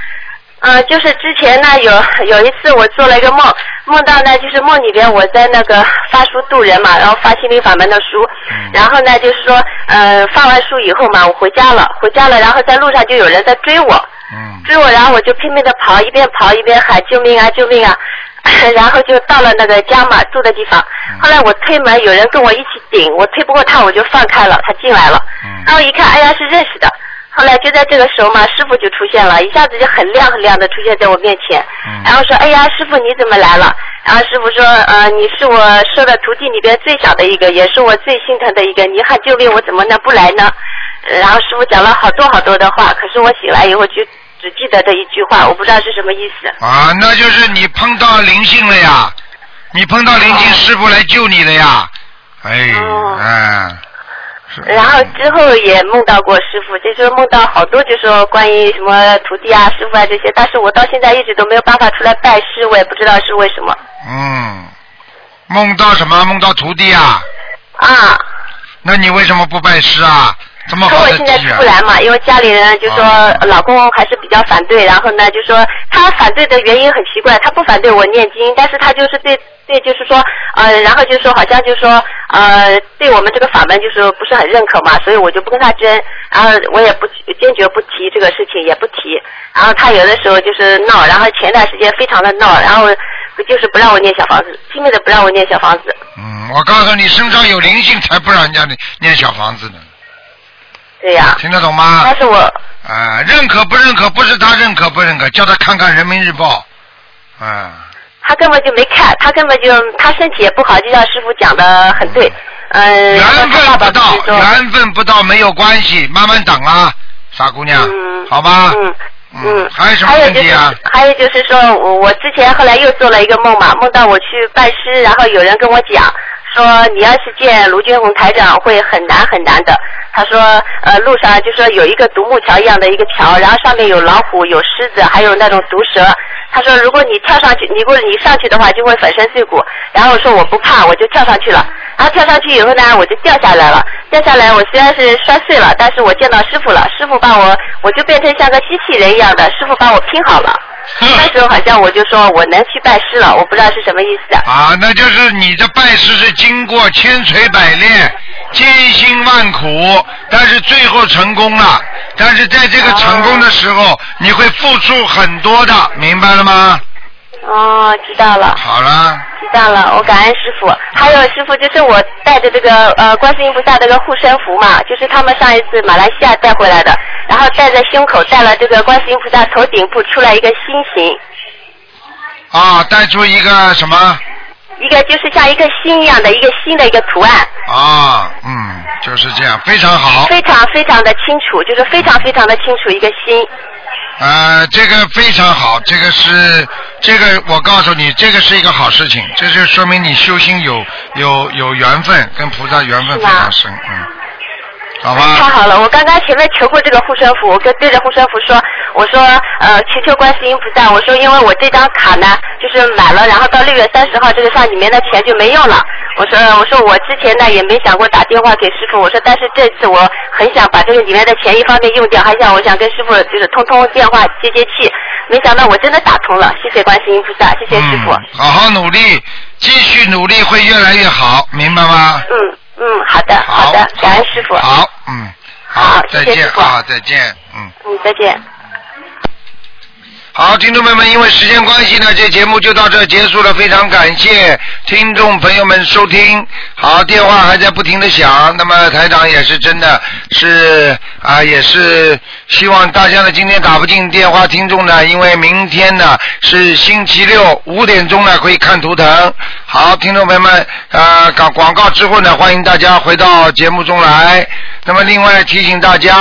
[SPEAKER 3] 呃，就是之前呢，有有一次我做了一个梦，梦到呢，就是梦里边我在那个发书度人嘛，然后发心灵法门的书，
[SPEAKER 2] 嗯
[SPEAKER 3] 然后呢就是说，呃，发完书以后嘛，我回家了，回家了，然后在路上就有人在追我，
[SPEAKER 2] 嗯
[SPEAKER 3] 追我，然后我就拼命的跑，一边跑一边喊救命啊救命啊， 然后就到了那个家嘛住的地方，后来我推门，有人跟我一起顶，我推不过他，我就放开了，他进来了，
[SPEAKER 2] 嗯
[SPEAKER 3] 然后一看，哎呀是认识的。后来就在这个时候嘛，师傅就出现了，一下子就很亮很亮的出现在我面前，
[SPEAKER 2] 嗯
[SPEAKER 3] 然后说：“哎呀，师傅你怎么来了？”然后师傅说：“呃，你是我收的徒弟里边最小的一个，也是我最心疼的一个，你喊救命，我怎么能不来呢？”然后师傅讲了好多好多的话，可是我醒来以后就只记得这一句话，我不知道是什么意思。
[SPEAKER 2] 啊，那就是你碰到灵性了呀，你碰到灵
[SPEAKER 3] 哦
[SPEAKER 2] 性师傅来救你了呀，哎，哎，
[SPEAKER 3] 然后之后也梦到过师傅，就是梦到好多，就说关于什么徒弟啊、师傅啊这些，但是我到现在一直都没有办法出来拜师，我也不知道是为什么。
[SPEAKER 2] 嗯，梦到什么？梦到徒弟啊？
[SPEAKER 3] 啊。
[SPEAKER 2] 那你为什么不拜师啊？这么
[SPEAKER 3] 可
[SPEAKER 2] 好
[SPEAKER 3] 我
[SPEAKER 2] 的
[SPEAKER 3] 现在
[SPEAKER 2] 机
[SPEAKER 3] 出
[SPEAKER 2] 缘
[SPEAKER 3] 不来嘛，因为家里人就说、
[SPEAKER 2] 啊
[SPEAKER 3] 老公还是比较反对，然后呢就说他反对的原因很奇怪，他不反对我念经，但是他就是对对就是说呃，然后就说好像就说呃对我们这个法门就是不是很认可嘛，所以我就不跟他争，然后我也不坚决不提这个事情，也不提，然后他有的时候就是闹，然后前段时间非常的闹，然后就是不让我念小房子，拼命的不让我念小房子，
[SPEAKER 2] 嗯，我告诉你，身上有灵性才不让人家念小房子呢。
[SPEAKER 3] 对呀、
[SPEAKER 2] 听得懂吗？
[SPEAKER 3] 但是我
[SPEAKER 2] 啊，认可不认可不是他认可不认可，叫他看看人民日报。嗯，
[SPEAKER 3] 他根本就没看，他根本就他身体也不好，就像师傅讲的很对，嗯，
[SPEAKER 2] 缘分不到，缘分不到没有关系，慢慢等啊，傻姑娘，好吧？嗯
[SPEAKER 3] 嗯，
[SPEAKER 2] 还有什么
[SPEAKER 3] 还有
[SPEAKER 2] 问
[SPEAKER 3] 就是
[SPEAKER 2] 题啊？，
[SPEAKER 3] 还有就是说我我之前后来又做了一个梦嘛，梦到我去拜师，然后有人跟我讲说你要去见卢军红台长会很难很难的。他说呃路上就说有一个独木桥一样的一个桥，然后上面有老虎、有狮子，还有那种毒蛇。他说如果你跳上去，你如果你上去的话就会粉身碎骨。然后我说我不怕，我就跳上去了。然后跳上去以后呢，我就掉下来了。掉下来，我虽然是摔碎了，但是我见到师傅了，师傅把我，我就变成像个机器人一样的，师傅把我拼好了。 那时候好像我就说我能去拜师了，我不知道是什么意思。
[SPEAKER 2] 啊，那就是你的拜师是经过千锤百炼、艰辛万苦，但是最后成功了。但是在这个成功的时候，
[SPEAKER 3] 啊
[SPEAKER 2] 你会付出很多的，明白了吗？
[SPEAKER 3] 哦，知道了。
[SPEAKER 2] 好了，
[SPEAKER 3] 知道了，我感恩师傅。还有师傅，就是我带着这个呃观世音菩萨这个护身符嘛，就是他们上一次马来西亚带回来的，然后戴在胸口，戴了这个观世音菩萨头顶部出来一个心形，
[SPEAKER 2] 啊，带出一个什么
[SPEAKER 3] 一个就是像一个心一样的一个心的一个图案，
[SPEAKER 2] 啊？嗯，就是这样，非常好。
[SPEAKER 3] 非常非常的清楚，就是非常非常的清楚一个心。
[SPEAKER 2] 呃，这个非常好，这个是这个我告诉你，这个是一个好事情，这就说明你修心有有有缘分，跟菩萨缘分非常深，嗯，好吧。
[SPEAKER 3] 太好了，我刚刚前面求过这个护身符，我跟对着护身符说，我说呃求求观世音菩萨，我说因为我这张卡呢就是买了，然后到六月三十号这个上里面的钱就没用了。我说呃我说我之前呢也没想过打电话给师傅，我说但是这次我很想把这个里面的钱一方面用掉，还想我想跟师傅就是通通电话接接气，没想到我真的打通了，谢谢观世音菩萨，谢谢师傅。
[SPEAKER 2] 嗯，好好努力，继续努力会越来越好，明白吗？
[SPEAKER 3] 嗯嗯，好的好的，感恩师傅。
[SPEAKER 2] 好，嗯，好，再
[SPEAKER 3] 谢谢
[SPEAKER 2] 见
[SPEAKER 3] 师傅
[SPEAKER 2] 啊，再见，嗯。
[SPEAKER 3] 嗯，再见。
[SPEAKER 2] 好，听众朋友们，因为时间关系呢，这节目就到这结束了。非常感谢听众朋友们收听。好，电话还在不停的响，那么台长也是真的是啊，也是希望大家呢今天打不进电话，听众呢，因为明天呢是星期六五点钟呢可以看图腾。好，听众朋友们，啊，广广告之后呢，欢迎大家回到节目中来。那么另外提醒大家。